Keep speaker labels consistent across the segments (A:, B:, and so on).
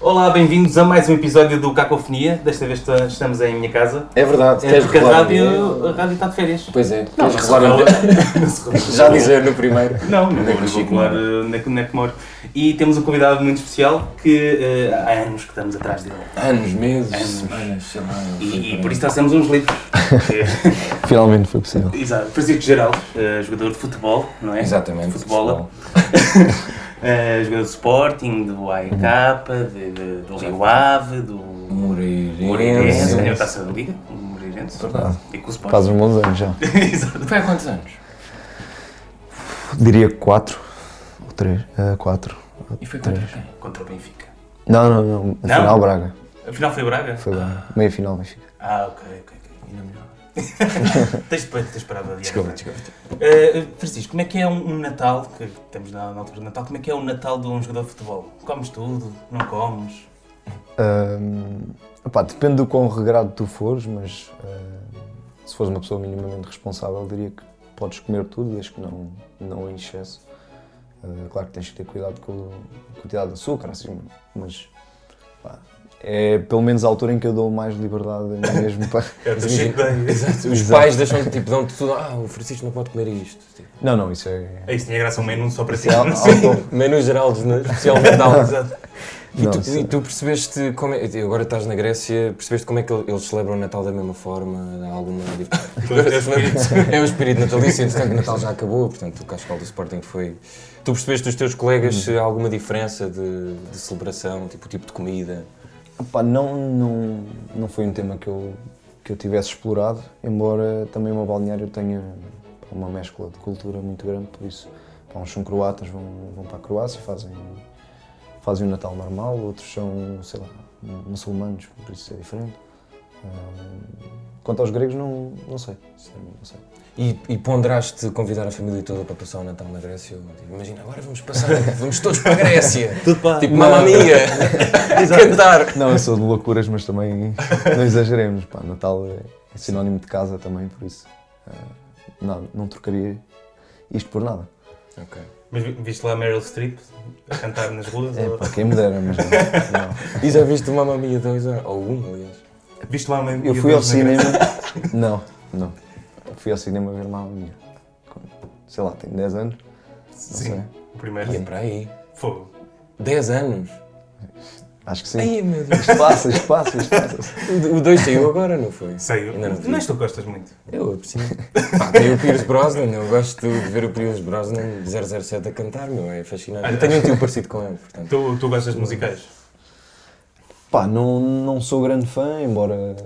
A: Olá, bem-vindos a mais um episódio do Cacofonia. Desta vez t- estamos em minha casa.
B: É verdade,
A: É
B: tens
A: porque a
B: regular.
A: rádio, a rádio está de férias.
B: Pois é,
A: Não,
B: tens regular.
A: não se revela- não se revela.
B: Já dizer no primeiro.
A: Não, não
B: Nem
A: vou, não vou
B: Chico,
A: colar eh, onde é que- onde é que moro. E temos um convidado muito especial que eh, há anos que estamos atrás dele.
B: Anos, meses,
A: Anos.
B: semanas, sei lá.
A: E, e por isso trouxemos uns livros. Eh,
C: Finalmente foi possível.
A: Exato. Francisco Geraldo, eh, jogador de futebol, não é?
B: Exatamente.
A: Futebol. Eh, jogador de Sporting, do AEK, de- de- do Rio Ave, do
B: Moreirense.
A: Moreirense, ganhou a taça da Liga, o Moreirense.
B: Verdade.
A: E com o Sporting.
C: Faz um uns bons anos já.
A: Exato.
B: Foi há quantos anos?
C: Diria 4 ou 3. 4.
B: E foi contra quem?
A: Contra o Benfica.
C: Não, não, não. Na final, Braga.
A: Afinal foi o Braga?
C: Foi Braga. Meia final, Benfica.
A: Ah, ok, ok, ok. Ainda melhor. tens de tens de parar de adiar.
B: Desculpa, desculpa.
A: Uh, Francisco, como é que é um, um Natal, que estamos na, na altura do Natal, como é que é um Natal de um jogador de futebol? Comes tudo? Não comes?
C: Ahm, opá, depende do quão regrado tu fores, mas ah, se fores uma pessoa minimamente responsável, diria que podes comer tudo, desde que não, não em excesso. Ah, claro que tens que ter cuidado com a quantidade de açúcar, assim, mas pá, é pelo menos a altura em que eu dou mais liberdade a mim mesmo para.
A: É
C: Mas imagina-
B: Exato. Os
C: Exato.
B: pais deixam tipo, dão-te tudo. Ah, o Francisco não pode comer isto. Tipo,
C: Não, não, isso é.
A: Isso tinha graça, um menu só para si.
C: é
A: não sei.
C: auto-
B: Menu geral, né? especialmente da aula.
A: Exato.
B: E
C: Não,
B: tu,
C: isso
B: e tu percebeste como é. Agora estás na Grécia, percebeste como é que eles celebram o Natal da mesma forma? Há alguma. é um espírito natalício, entretanto o Natal já acabou, portanto o Cascal do Sporting foi. Tu percebeste dos teus colegas se há alguma diferença de, de celebração, tipo o tipo de comida?
C: Epá, não, não, não foi um tema que eu, que eu tivesse explorado, embora também o meu balneário tenha pá, uma mescla de cultura muito grande, por isso pá, uns são croatas, vão, vão para a Croácia e fazem, fazem o Natal normal, outros são, sei lá, muçulmanos, por isso é diferente. Ah, quanto aos gregos, não, não sei, sinceramente, não sei.
B: E, e ponderaste convidar a família toda para passar o Natal na Grécia? Ou, tipo, imagina, agora vamos passar, vamos todos para a Grécia!
A: Tudo pá.
B: tipo, mamma mia! Cantar!
C: Não, eu sou de loucuras, mas também não exageremos. Pá, Natal é, é sinónimo de casa também, por isso eh, não, não trocaria isto por nada.
B: Ok.
A: Mas vi- viste lá a Meryl Streep a cantar nas ruas?
C: É
A: ou-
C: para quem me dera, mas não.
B: E já viste o Mamma Mia 2 ou uma, aliás?
A: Viste lá uma
C: não. Eu fui ao cinema. Não, não. Fui ao cinema ver Mamma Mia. Com, Sei lá, tenho 10 anos.
A: Sim, o primeiro.
B: Olha é para aí.
A: Fogo.
B: 10 anos!
C: Acho que sim.
B: Ai, meu Deus!
C: Isto passa, isto passa, isto passa.
B: O 2 saiu agora, não foi?
A: Saiu.
B: Ainda não vi.
A: Não és tu que gostas muito.
B: Eu aprecio. Pá, tem o Pierce Brosnan, eu gosto de ver o Pierce Brosnan 007 a cantar, meu, é fascinante. Eu tenho um tio parecido com ele, portanto.
A: Tu, tu gostas de musicais?
C: Pá, não, não sou grande fã, embora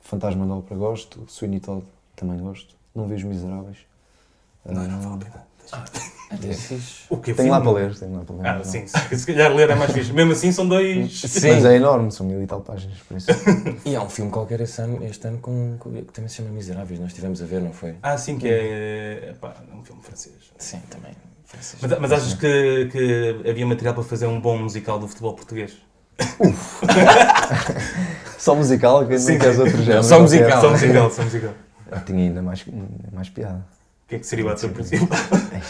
C: Fantasma da Ópera gosto, Sweeney Todd também gosto. Não vejo Miseráveis.
A: Não, não vale a pena.
B: É fixe.
A: O que
C: Tenho lá para ler, tenho lá para ler.
A: Ah,
C: não.
A: sim, se se calhar ler é mais fixe. Mesmo assim, são dois.
C: Mas
B: Sim,
C: é enorme, são mil e tal páginas, por isso.
B: e há um filme qualquer este ano, este ano com, com- que também se chama Miseráveis, nós estivemos a ver, não foi?
A: Ah, sim, que é. é Pá, é um filme francês.
B: Sim, também. francês.
A: Mas, mas achas que, que havia material para fazer um bom musical do futebol português?
C: Só musical, que
A: Sim,
C: não queres
A: sim.
C: outro género.
B: Só musical.
C: qualquer.
A: Só musical, só musical.
C: Ah, tinha ainda mais, ainda mais piada.
A: O que é que seria o ator principal?
C: Ai,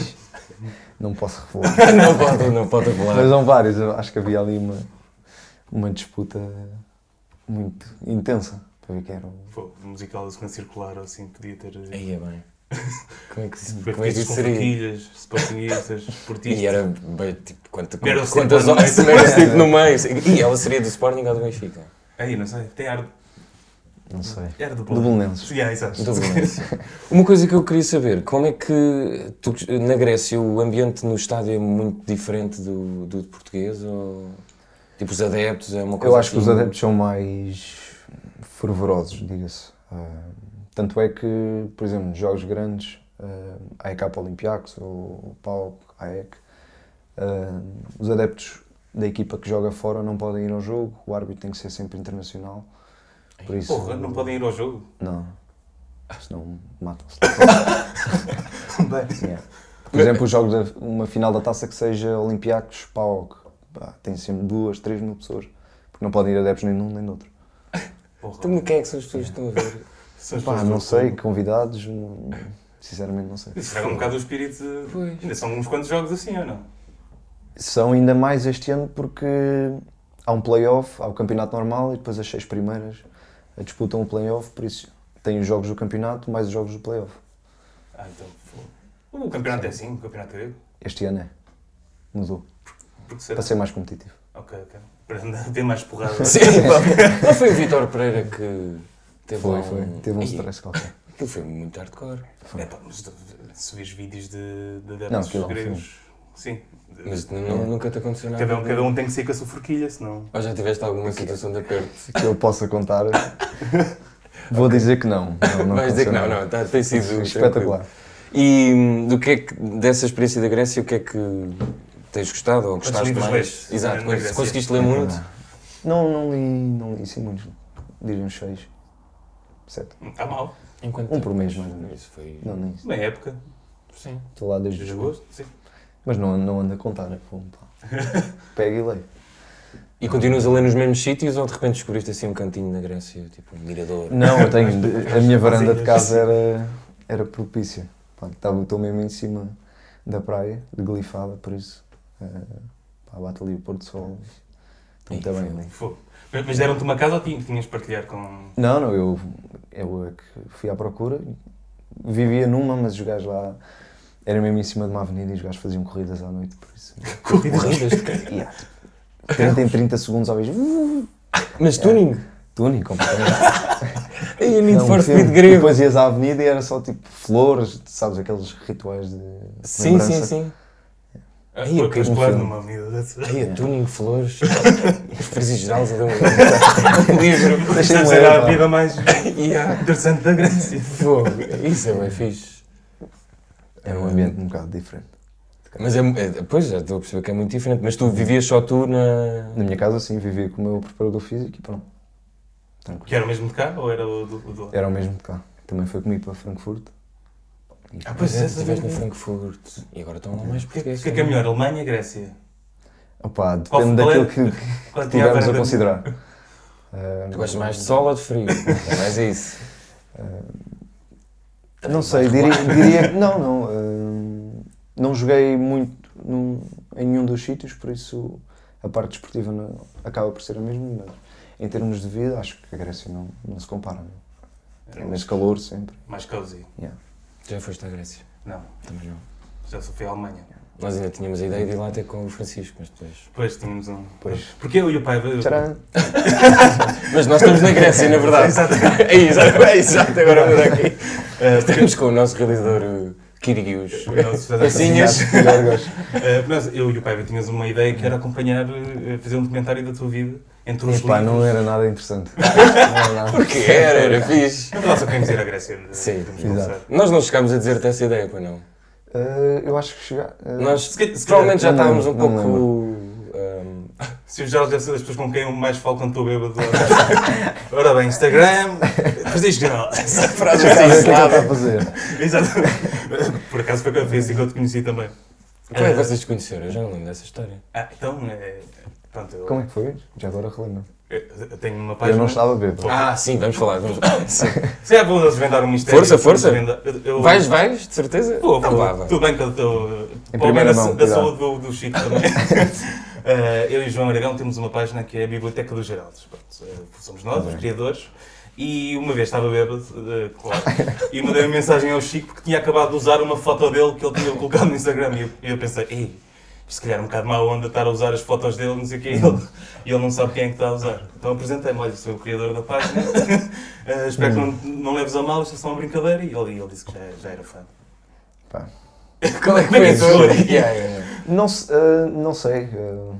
C: Não posso revelar.
B: não pode, não pode
C: Mas
B: rolar.
C: são vários, eu acho que havia ali uma, uma disputa muito intensa para ver quem era o.
A: Pô, um musical da segunda circular ou assim, podia ter. eh,
B: Aí é bem. Como é que, se- como é que
A: Portugueses
B: isso
A: com
B: seria?
A: forquilhas, sportinguistas,
B: E
A: esportistas.
B: era bem, tipo, quanto,
A: Meryl Streep
B: quantas
A: lá no
B: horas
A: meio.
B: Meryl Streep no meio? E ela seria do Sporting ou do Benfica?
A: Aí, não sei, tem ar,
C: Não sei.
A: era do
C: Do Belenenses.
A: Yeah, exato.
B: Da Valência. Uma coisa que eu queria saber, como é que tu, na Grécia o ambiente no estádio é muito diferente do, do de português? Ou, tipo, os adeptos é uma coisa
C: Eu acho que os
B: assim?
C: adeptos são mais fervorosos, diga-se. Ah, tanto é que, por exemplo, nos jogos grandes, ah, AEK Olympiacos ou PAOK, AEK, ah, os adeptos da equipa que joga fora não podem ir ao jogo, o árbitro tem que ser sempre internacional. Por isso,
A: Porra, não podem ir ao jogo.
C: Não. Senão matam-se.
A: Bem.
C: Yeah. é. Por exemplo, o jogo da uma final da taça que seja Olympiacos, PAOK, pá, tem sempre duas, três mil pessoas. Porque não podem ir adeptos nem num nem no outro.
A: Porra,
B: Então, quem é que são as pessoas que estão a ver?
A: são as
C: Pá,
A: pessoas
C: não
A: do-
C: sei, convidados, não- sinceramente não sei.
A: Estraga um bocado o espírito. de-
B: Pois.
A: Ainda são uns quantos jogos assim ou não?
C: São ainda mais este ano porque há um playoff, há o campeonato normal e depois as seis primeiras disputam o playoff, por isso tem os jogos do campeonato mais os jogos do playoff.
A: Ah, então. fogo. O campeonato é assim, o campeonato grego.
C: Este ano é. Mudou.
A: Porque será?
C: Para ser mais competitivo.
A: Ok, ok. Para ainda haver mais porrada.
B: Sim, não foi o Vitor Pereira que teve lá
C: Foi,
B: um-
C: foi. Teve um
B: Ih,
C: stress qualquer.
B: Aquilo foi muito hardcore.
A: É pá, mas tu- se vês vídeos de, de
C: Não,
A: adeptos
C: aquilo é um
A: gregos. Sim.
B: Mas
C: É.
B: não- nunca te aconteceu nada.
A: Cada um, cada um tem que sair com a sua forquilha, senão.
B: Ou já tiveste alguma situação de aperto?
C: Que eu possa contar. Vou dizer que não. não, não
B: Vais dizer que
C: aconteceu
B: não,
C: nada.
B: não, tá, tem sido
C: Espetacular.
B: tranquilo. E hum, do que é que, dessa experiência da Grécia, o que é que tens gostado ou gostaste
A: livros
B: mais?
A: leste
B: Exato,
A: na
B: quando-
A: Grécia?
B: conseguiste ler
C: É
B: muito?
C: Não, não li, não li assim muitos. Diria uns seis. Sete.
A: Está mal.
B: Enquanto
C: Um por mês, mais ou menos.
B: Isso foi.
C: Não, nem isso.
A: Na época,
B: Sim.
C: Estou lá desde
A: desde
C: os
A: agosto, sim.
C: Mas não, não ando a contar, é como pá. Pega e leio.
B: E continuas a ler nos mesmos sítios ou de repente descobriste assim um cantinho na Grécia, tipo um mirador?
C: Não, eu tenho. A minha varanda de casa era, era propícia. Pá, estava- Estou mesmo em cima da praia, de glifada, por isso. eh, pá, bate ali o pôr do sol. Estou muito
B: Ih,
C: bem
B: foi
C: ali.
A: Fogo. Mas mas deram-te uma casa ou tinhas tinhas de partilhar com.
C: Não, não, eu, eu é que fui à procura. Vivia numa, mas os gajos lá. Era mesmo em cima de uma avenida e os gajos faziam corridas à noite, por isso.
B: Corridas de carro.
C: Yeah. 30 em 30 segundos, ao vez.
B: Mas tuning!
C: Tuning, completamente.
B: E a Need
C: É. Não,
B: for
C: sim.
B: Speed
C: E
B: grego!
C: Depois ias à avenida e era só tipo flores, sabes, aqueles rituais de
B: Sim, sim,
C: lembrança.
B: sim.
A: Ah,
B: Ai, eu
A: depois
B: quero um
A: pular
B: filme.
A: numa avenida dessa.
B: Aí a tuning, flores, os frisos gerais a dar um um livro.
C: Deixa-me
A: Essa era a
C: ler, pá.
A: vida mais interessante da Grécia.
B: Fogo. Isso é bem fixe.
C: Era um ambiente um bocado diferente.
B: Mas é, é, pois, já estou a perceber que é muito diferente. Mas tu vivias só tu na.
C: Na minha casa, sim, vivia com o meu preparador físico e pronto.
A: Que
C: Tranquilo.
A: era o mesmo de cá ou era o do, o do...
C: Era o mesmo de cá. Também foi comigo para Frankfurt. E
A: Ah,
B: Pois
A: pois
B: é,
A: é,
B: estiveste
A: sabes
B: na
A: no
B: Frankfurt. E agora estão lá mais
A: O que, é que-
B: portugueses.
A: o que é que é melhor, Alemanha, Grécia?
C: Opa,
A: Qual
C: depende
A: futebol é?
C: daquilo que que
A: Qual tinha
C: tivermos a
A: varanda-
C: considerar.
B: Tu gostas mais de sol ou de frio? É mais isso.
C: Ah, não sei, diria, diria que não, não. ah, não joguei muito num- em nenhum dos sítios, por isso a parte desportiva não- acaba por ser a mesma, mas em termos de vida acho que a Grécia não, não se compara. Não. É mais calor sempre.
A: Mais cozy.
C: yeah.
B: Já foste à Grécia?
A: Não,
B: Também não.
A: já só fui à Alemanha.
B: Nós ainda tínhamos a ideia de ir lá até com o Francisco, mas depois.
A: Depois tínhamos um.
C: Pois.
A: Porque eu e o pai.
C: Tcharam!
B: Mas nós estamos na Grécia, na verdade.
A: Exato. É,
B: É exato, é exato, agora muda aqui. Estamos com o nosso realizador uh, Kirigius.
A: O nosso-
B: Passinhas.
A: Eh, nós- eu e o pai tínhamos uma ideia que era acompanhar, eh, fazer um documentário da tua vida entre os
C: Epá, não
A: livros.
C: era nada interessante. Não era nada.
B: Porque era, era fixe.
A: Nós só queremos ir à Grécia. eh,
B: Sim,
A: temos que
C: exato.
A: começar.
B: Nós não chegámos a dizer-te essa ideia, pois não?
C: Ah, eu acho que chegar. ah,
B: Nós
A: Se calhar- se
B: provavelmente já
C: calhar-
B: estávamos um
C: não
B: pouco.
C: me
B: um,
A: Se o Jorge é das pessoas com quem eu mais falo quando estou bêbado. ora- Ora bem, Instagram, depois diz que não.
B: Essa frase
C: já sabes o que é que ele
B: ensinada.
C: está a fazer.
A: Exato. Por acaso foi, foi assim que eu te conheci também.
B: Como é que vocês se conheceram? Eu já não lembro dessa história.
A: Ah, então, eh, pronto, eu,
C: Como é que foi? Já agora relembro.
A: eu- eu tenho uma página.
C: Eu não estava bêbado.
B: Ah, sim, vamos falar. Vamos... Sim.
A: Se é bom desvendar um mistério.
B: Força, força.
A: Desvendar- eu- eu-
B: Vais, vais, de certeza?
A: Pô,
B: Então
A: pô,
B: vá, vá.
A: Tudo bem que eu estou.
C: Em
A: Para o bem
C: primeira
A: da,
C: mão,
A: da
C: cuidado.
A: saúde do, do Chico também. Eh, eu e o João Aragão temos uma página que é a Biblioteca dos Geraldos. Pronto, eh, somos
C: Tá
A: nós, os criadores. E uma vez estava bêbado, eh, claro, e mandei uma mensagem ao Chico porque tinha acabado de usar uma foto dele que ele tinha colocado no Instagram. E eu, eu pensei, ei, isto se calhar é um bocado má onda estar a usar as fotos dele, não sei o quê, e ele, e ele não sabe quem é que está a usar. Então apresentei-me, olha, sou o criador da página, Eh, espero que
C: Hum.
A: não, não leves a mal, isto é só uma brincadeira. E ele, ele disse que já, já era fã.
C: Pá.
B: Como é que
A: Como é
B: foi
A: que
B: a
A: isso
B: história?
A: foi?
B: Yeah, yeah.
C: Não, se- ah, não sei. ah,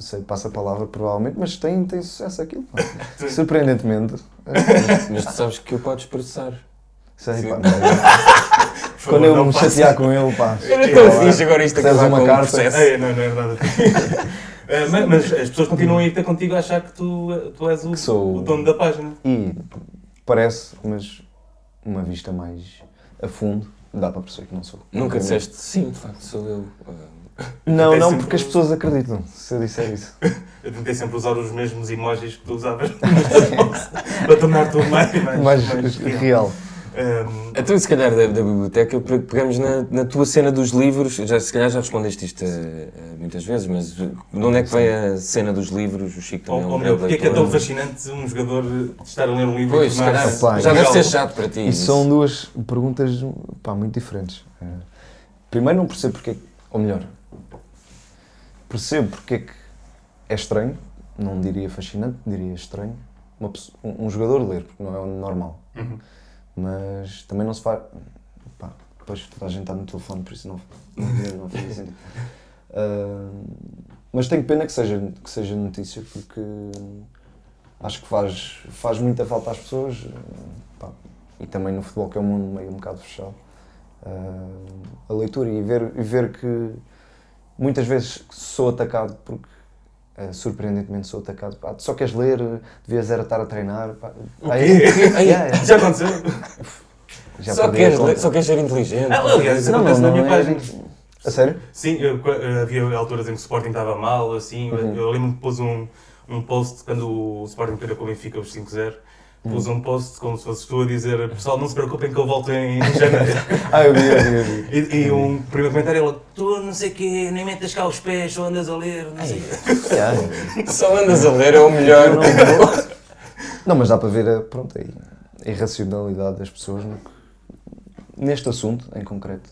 C: não sei, passa a palavra provavelmente, mas tem, tem sucesso aquilo. pá. Surpreendentemente. ah,
B: Mas tu sabes que o podes processar.
C: sei,
B: Sim.
C: pá, não- quando eu me chatear com ele, pá.
B: Era
C: sei
B: tão
C: lá.
B: fixe agora isto
C: Recebes
B: acabar
C: uma
B: com um
C: carta.
B: processo.
A: Ah, é, não, não é verdade. Ah, mas, mas as pessoas continuam a ir ter contigo a achar que tu, tu és o,
C: Que sou o-
A: o dono da página.
C: E parece, mas uma vista mais a fundo, dá para perceber que não sou.
B: Nunca disseste sim, de facto, sou eu. Ah,
C: Não,
A: Tem
C: não,
A: sempre
C: porque as
A: um-
C: pessoas acreditam se eu disser isso.
A: Eu tentei sempre usar os mesmos emojis que tu usavas nos teus posts, para tornar tudo mais, mais,
C: Mais
A: mais
C: real.
A: Ah, Um,
B: Então, se calhar, da, da biblioteca, pe- pegamos na, na tua cena dos livros. Já, se calhar já respondeste isto eh, eh, muitas vezes, mas de onde é que vem a cena dos livros? O Chico
A: ou,
B: também é
A: ou
B: um
A: melhor, porque
B: grande
A: é que é tão
B: leitor.
A: fascinante um jogador estar a ler um livro
B: Pois, se
A: mas-
B: calhar,
C: Opa,
B: já deve
A: Legal.
B: ser chato para ti.
C: E são duas perguntas pá, muito diferentes. É. Primeiro, não percebo porque, é que- ou melhor, percebo porque é que é estranho, não diria fascinante, diria estranho, uma pesso- um um jogador ler, porque não é normal.
A: Uhum.
C: Mas também não se faz. Pá, depois toda a gente está no telefone, por isso não, não, não faz sentido. Ah, mas tenho pena que seja, que seja notícia, porque acho que faz, faz muita falta às pessoas. Pá, e também no futebol, que é um mundo meio um bocado fechado, ah, a leitura e ver, e ver que muitas vezes sou atacado porque. ah, surpreendentemente sou atacado. Pá, tu só queres ler, devias era estar a treinar. Pá. Aí- Yeah, yeah.
A: Já aconteceu?
C: Já
B: só,
C: perdi a
B: queres,
C: conta.
B: le- só queres ser inteligente.
A: Ah, aliás, isso
C: Não,
A: acontece
C: não,
A: na minha
C: não é
A: página.
C: A sério?
A: Sim, eu, qua- eh, havia alturas em que o Sporting estava mal, assim. eu-
C: Uhum.
A: Eu lembro-me que pus um, um post quando o Sporting perdeu com o Benfica os 5-0.
C: Uhum.
A: Pus um post como se fosse tu a dizer pessoal, não se preocupem que eu volto em janeiro.
C: Ah, eu vi, eu vi, eu vi.
A: e, e
C: Uhum.
A: um primeiro comentário ele, tu não sei o quê, nem metas cá os pés, só andas a ler, não sei o quê.
C: Yeah.
B: Só andas a ler, é o melhor.
C: Não, não. Não, mas dá para ver a, pronto, a irracionalidade das pessoas no que- neste assunto em concreto.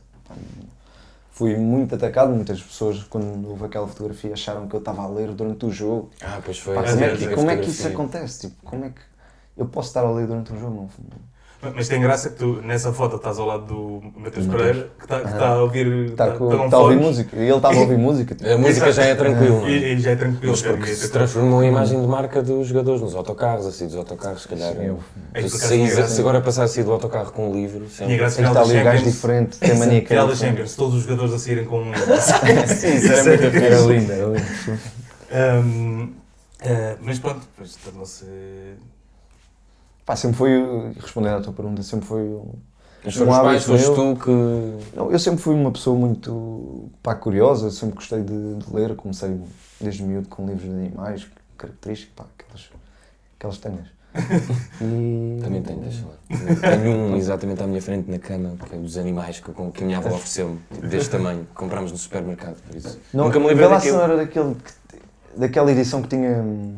C: Fui muito atacado, muitas pessoas, quando houve aquela fotografia, acharam que eu estava a ler durante o jogo.
B: Ah, pois foi.
C: Pá,
A: é,
C: como, é
A: é,
C: que,
A: é,
C: como é que isso
B: Fotografia.
C: acontece? Tipo, como é que eu posso estar a ler durante um jogo? Não,
A: Mas- Mas tem graça que tu, nessa foto, estás ao lado do Matheus
C: Mateus.
A: Pereira, que está tá a ouvir.
C: está
A: tá-
C: com-
A: tá num
C: está a ouvir
A: fone,
C: música. E ele estava a ouvir música. tipo.
B: A música já é tranquila.
A: E, e já é tranquilo.
B: Mas
A: já
B: porque
A: é-
B: se transformou a imagem de marca dos jogadores nos autocarros, assim, dos autocarros, se calhar.
C: eu-
A: É, por
B: Se,
A: acaso,
B: saís-
A: tinha graça.
B: se agora passasse do autocarro com um livro, sim.
A: Tinha graça
C: Tem que
A: final
C: estar ali
A: da
C: um gajo
A: Champions. é
C: diferente, tem é mania que
A: Final da Champions, todos os jogadores a saírem com um.
B: Sim,
A: Isso é era muito
C: Era lindo, era lindo.
A: Hum, eh, mas pronto, depois tornou-se.
C: Pá, sempre foi, respondendo à tua pergunta, sempre foi. um-
B: Mas foram os
C: Um
B: pais,
C: hábito
B: foste
C: meu.
B: tu que.
C: Não, eu sempre fui uma pessoa muito pá, curiosa, sempre gostei de, de ler. Comecei desde miúdo com livros de animais, características, pá, aquelas, aquelas tenhas. E-
B: Também tenho, deixa lá. Tenho um exatamente à minha frente na cama, que é dos animais que, com- que a minha avó ofereceu-me, tipo, deste tamanho, que comprámos no supermercado, por isso.
C: Não,
B: Nunca me livrei
C: vê lá
B: daquilo.
C: se não era daquele que- daquela edição que tinha. hum,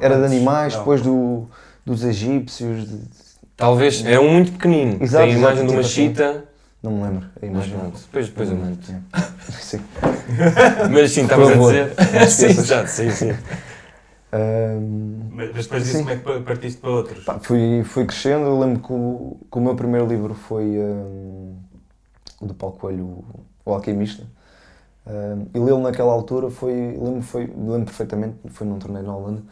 C: Era de animais,
A: Não.
C: depois do, dos egípcios. de-
B: Talvez, é um muito pequenino.
C: Exato,
B: Tem a imagem
C: exato,
B: de uma
C: tipo assim.
B: chita,
C: Não me lembro a
B: mas
C: imagem.
B: pronto, depois, depois eu mando.
C: Sim.
B: Mas sim, estavas a
C: favor,
B: dizer.
C: não
B: sim,
C: esqueças.
B: exato, sim, sim.
C: Hum,
A: Mas mas depois disso,
C: Sim.
A: como é que pa- partiste para outros?
C: Pá, fui, fui crescendo, eu lembro que o, que o meu primeiro livro foi hum, o do Paulo Coelho, o, o Alquimista. Hum, e lê-lo naquela altura, foi, lembro, foi, lembro perfeitamente, foi num torneio na Holanda,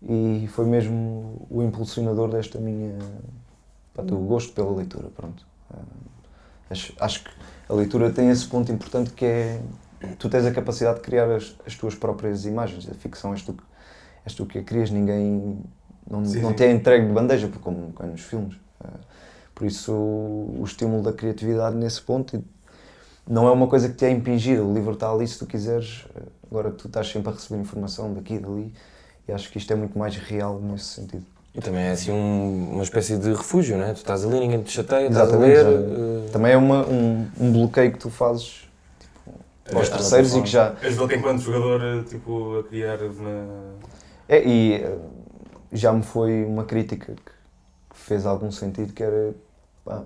C: e foi mesmo o impulsionador desta minha. pá, do gosto pela leitura. Pronto. Hum, acho, acho que a leitura tem esse ponto importante que é. tu tens a capacidade de criar as, as tuas próprias imagens, a ficção és tu, que- és tu que a crias, ninguém. Não,
A: Sim,
C: não
A: sim.
C: te é entregue de bandeja, porque como, como nos filmes. Ah, Por isso, o estímulo da criatividade nesse ponto e não é uma coisa que te é impingida. O livro está ali se tu quiseres. ah, Agora tu estás sempre a receber informação daqui e dali e acho que isto é muito mais real nesse sentido.
B: E também é assim um- uma espécie de refúgio, não é? Tu estás ali, ninguém te chateia,
C: Exatamente,
B: estás a
C: exatamente.
B: ler. eh,
C: Também é uma- um, um bloqueio que tu fazes tipo, aos
A: É,
B: Mostra na
C: terceiros
A: tá
C: e que já.
A: Ajudou-te Ah, enquanto jogador eh, tipo, a criar uma.
C: É, e eh, já me foi uma crítica que que fez algum sentido, que era pá,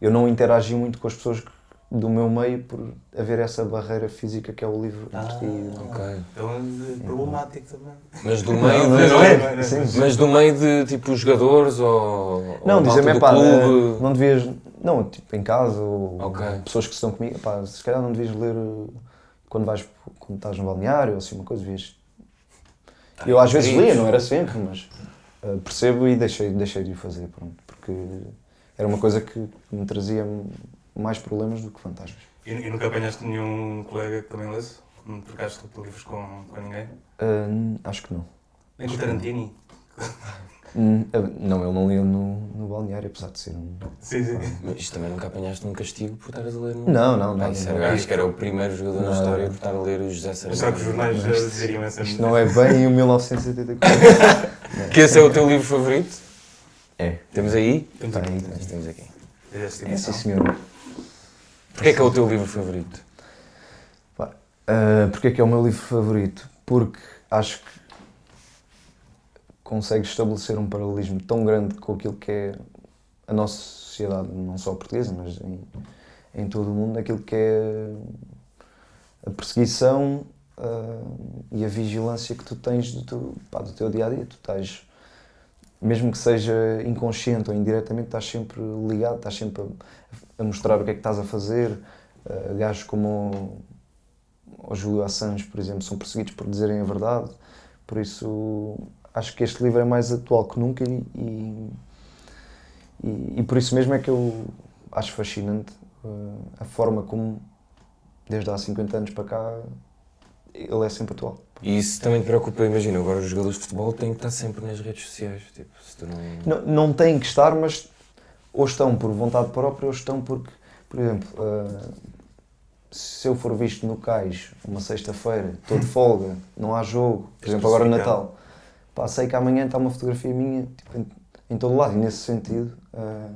C: eu não interagi muito com as pessoas que- do meu meio por haver essa barreira física que é o livro
A: Ah.
C: entre ti e o-
B: Ok.
A: Então,
C: Uhum.
A: eh, problemático também.
B: Mas do meio
A: não,
B: de.
A: não é?
C: Sim, sim.
B: Mas do meio de tipo os jogadores ou. ou
C: Não,
B: malta
C: dizem-me,
B: do
C: pá, eh,
B: clube.
C: não devias. Não, tipo, em casa ou
B: Ok.
C: pessoas que estão comigo, pá, se calhar não devias ler eh, quando vais quando estás no balneário ou assim uma coisa, devias. Eu às vezes
B: Ah, queridos.
C: lia, não era sempre, mas eh, percebo e deixei, deixei de o fazer, pronto, porque era uma coisa que me trazia mais problemas do que vantagens.
A: E, e nunca apanhaste nenhum colega que também lesse? Não trocaste tipo, livros com, com ninguém?
C: Ah, n- acho que não.
A: Nem com o Tarantini?
C: Hum, ah, não, ele não lia no, no balneário, apesar de ser um.
A: Sim, sim.
B: Mas isto também nunca apanhaste um castigo por estares a ler. um-
C: Não, não,
B: Pá,
C: não.
B: isso
C: não.
B: era, acho que era o primeiro jogador na
C: Não.
B: história por estar a ler o José
A: Mas será que os
B: Saramago.
A: jornais já
C: é
A: diriam essa
C: Isto não é bem o 1984.
B: Que esse é o teu livro favorito?
C: É.
B: Temos aí?
A: Temos aqui.
B: Nós temos aqui.
A: Esta
C: É, sim,
A: dimensão.
C: senhor.
B: Porquê é que é o teu livro favorito?
C: Pá, ah, porque é que é o meu livro favorito? Porque acho que consegue estabelecer um paralelismo tão grande com aquilo que é a nossa sociedade, não só portuguesa, mas em, em todo o mundo, aquilo que é a perseguição ah, e a vigilância que tu tens do teu, pá, do teu dia a dia. Tu estás, mesmo que seja inconsciente ou indiretamente, estás sempre ligado, estás sempre a, a mostrar o que é que estás a fazer. Ah, gajos como o Júlio Assange, por exemplo, são perseguidos por dizerem a verdade. Por isso, acho que este livro é mais atual que nunca e, e, e- e por isso mesmo é que eu acho fascinante eh, a forma como, desde há 50 anos para cá, ele é sempre atual.
B: E isso também te preocupa, imagina, agora os jogadores de futebol têm que estar sempre nas redes sociais, tipo, se tu não...
C: Não, não têm que estar, mas ou estão por vontade própria ou estão porque, por exemplo, ah, se eu for visto no cais uma sexta-feira, estou de folga, não há jogo, por exemplo, agora o
A: Crucificado.
C: Natal, pá, sei que amanhã está uma fotografia minha tipo, em, em todo lado e nesse sentido ah,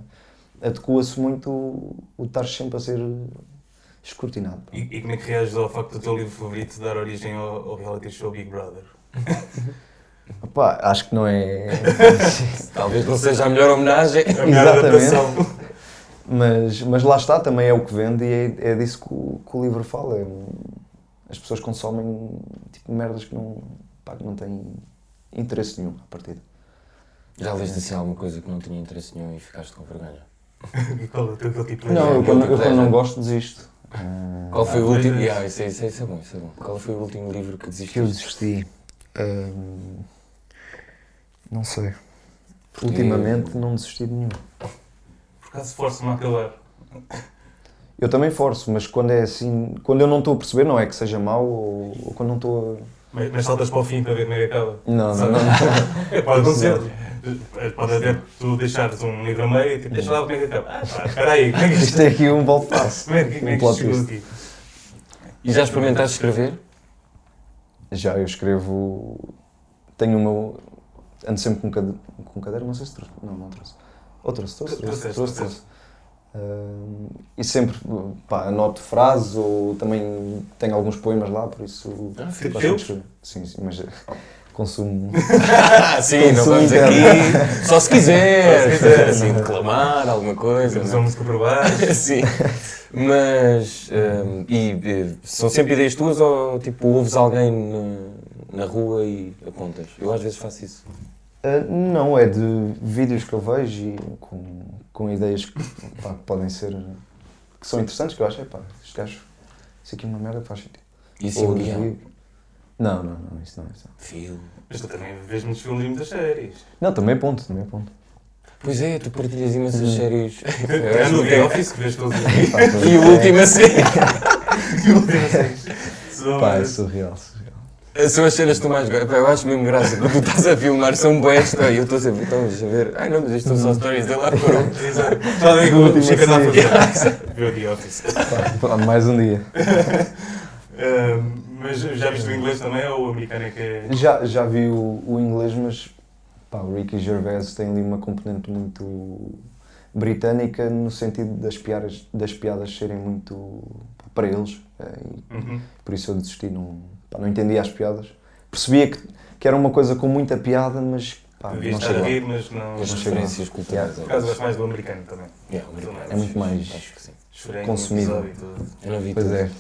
C: adequa-se muito o, o estar sempre a ser escrutinado. pá.
A: E, e como é que reages ao facto do teu livro favorito dar origem ao, ao reality show Big Brother?
C: Pá, acho que não é.
B: Talvez não seja a melhor homenagem.
A: A melhor
C: Exatamente.
A: adaptação.
C: Mas, mas lá está, também é o que vende e é, é disso que o, que o livro fala. É um- As pessoas consomem tipo, merdas que não, pá, que não têm interesse nenhum à partida.
B: Já leste assim alguma coisa que não tinha interesse nenhum e ficaste com vergonha?
A: E qual é o teu guilty pleasure?
C: Não, eu quando, eu quando não
B: Pleasure.
C: gosto desisto. Ah,
B: Qual foi o
A: Ah,
B: último...
A: pois é.
B: Yeah, isso, é- isso, é- isso é bom, isso é bom. Qual foi o último livro que
C: que eu
B: desististe?
C: desisti. Ahm, não sei.
B: Porque-
C: Ultimamente não desisti de nenhum.
A: Por acaso forço-me a acabar.
C: Eu também forço, mas quando é assim, quando eu não estou a perceber, não é que seja mau ou, ou quando não estou a.
A: Mas, mas saltas para o fim para ver como é que acaba.
C: Não, não, não.
A: É, pode acontecer. Eh, Pode até tu deixares um livro a meio e tipo, deixa lá como é que acaba. Ah, pá, espera aí, como é que isto
C: Isto é aqui um volto passo.
A: como é que- como é
C: Um
A: que isto
C: plot
A: chegou
C: twist.
A: aqui?
B: E já experimentaste escrever?
C: Já eu escrevo. Tenho o meu. Ando sempre com, cade... com cadeira, não sei se trouxe. Não, não trouxe. Ou trouxe, trouxe, trouxe.
A: Trouxeste,
C: trouxe, trouxe. Ahm, e sempre pá, anoto frases ou também tenho alguns poemas lá, por isso.
B: Ah,
C: gosto muito
A: teus?
C: de escrever. Sim, sim, mas eh, consumo.
B: Ah, sim, não vamos
C: Consumo
B: aqui. Só se
A: Só
B: quiser.
A: se quiser.
B: Assim, declamar alguma coisa.
A: Temos
B: não
A: uma
B: é?
A: música por baixo.
B: Sim. Mas. hum, e, eh, são sempre ideias tuas ou tipo ouves alguém na, na rua e apontas? Eu às vezes faço isso.
C: Ah, não, é de vídeos que eu vejo e com, com ideias que, pá, que podem ser. que são interessantes, que eu acho, epá, este gajo. Isso aqui é uma merda, faz sentido.
B: E assim,
C: Ou
B: um
C: de
B: guião.
C: vídeo. Não, não, não, isso não, é. isso não.
B: Filme.
A: Mas tu também vês muitos filmes e muitas séries.
C: Não, também ponto, também ponto.
B: Pois é, tu partilhas imensas séries.
C: É,
B: É
A: Tens o The Office que vês todos os dias.
B: E o último é a ser.
A: E o último séries. São-
C: Pá, é surreal, surreal.
B: São as cenas que tu mais gostas. Pá, Eu acho mesmo graça. Quando tu estás a filmar, são boas. E eu estou sempre. Estamos a ver. Ai não, mas isto são só stories. Ele lá por um.
A: Exato. Já nem o que o Chico anda a fazer. Vê o The Office.
C: Pá, pá, mais um dia.
A: Ah, Mas já viste o inglês também ou o americano é que é.
C: Já, já vi o, o inglês, mas pá, o Ricky Gervais tem ali uma componente muito britânica no sentido das piadas, das piadas serem muito pá, para eles. eh, e
B: Hum.
A: Uhum.
C: por isso eu desisti, não, pá, não entendia as piadas. Percebia que, que era uma coisa com muita piada, mas pá,
A: Devias
C: não
A: estar a
C: chegava.
A: rir, mas não.
B: As
C: Mas-
A: Por
B: referências culturais. é.
A: acaso gosto mais do americano também.
B: Yeah, obrigado.
C: É muito mais
B: Acho que sim.
A: Chorei
C: Consumido.
A: no episódio e tudo.
B: Eu não vi
C: Pois
B: tudo.
C: é,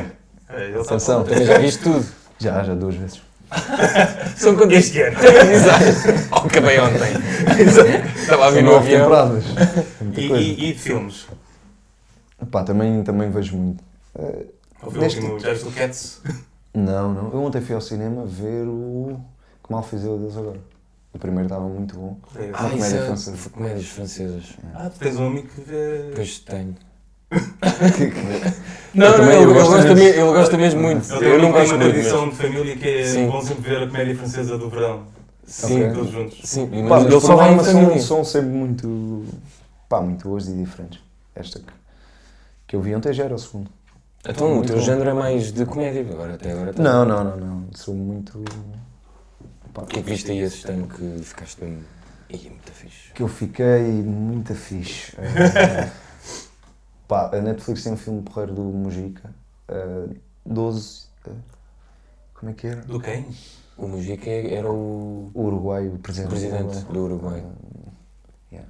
C: pá,
A: É, ele sabe
C: atenção.
B: Também já viste tudo.
C: Já, já duas vezes.
B: São
A: falar.
B: conquistas.
A: Este ano.
B: Exato. Oh, acabei ontem. Estava a vir no
C: Nove
B: avião.
C: temporadas. Muita
A: E,
C: coisa.
A: e- e de filmes?
C: Pá, também, também vejo muito. Eh,
A: Ou foi o
C: Neste-
A: último? Já viste o Cats?
C: não, não. Eu ontem fui ao cinema ver o. Que mal fiz eu a Deus agora. O primeiro estava muito bom.
B: Ah,
C: Uma
B: isso
C: comédia
B: é-
C: francesa.
B: f- Comédias francesas.
A: Ah, tu tens um amigo que vê.
B: Pois tenho.
C: Não,
B: Não,
C: não,
B: também,
C: eu
B: ele,
C: gosto
B: gosta
C: mesmo.
B: me- ele gosta mesmo muito.
A: Ele tem
B: Eu não
A: uma-
B: gosto
A: uma
B: muito.
A: tradição
B: Mas...
A: de família que é
B: Sim.
A: bom sempre ver a comédia francesa do verão.
B: Sim,
C: Ok.
A: Todos juntos.
B: sim. Mas,
C: Pá, mas
B: ele
C: por
B: só vai em
C: norma são,
B: família.
C: são sempre muito. Pá, muito boas e diferentes. Esta que, que eu vi ontem já era o segundo.
B: Então, o
C: muito
B: teu
C: bom.
B: género é mais de comédia. Agora, até agora. tá-
C: Não, não, não, não. Sou muito. Pá,
B: O que é que viste aí esse ano que ficaste mesmo Ih, é muito fixe.
C: que eu fiquei muito fixe. Eh, pá, a Netflix tem um filme porreiro do Mujica, eh, 12. eh, como é que era?
A: Do quem?
B: O Mujica é, era o
C: O Uruguai, o presidente. do
B: presidente
C: Uruguai.
B: do Uruguai.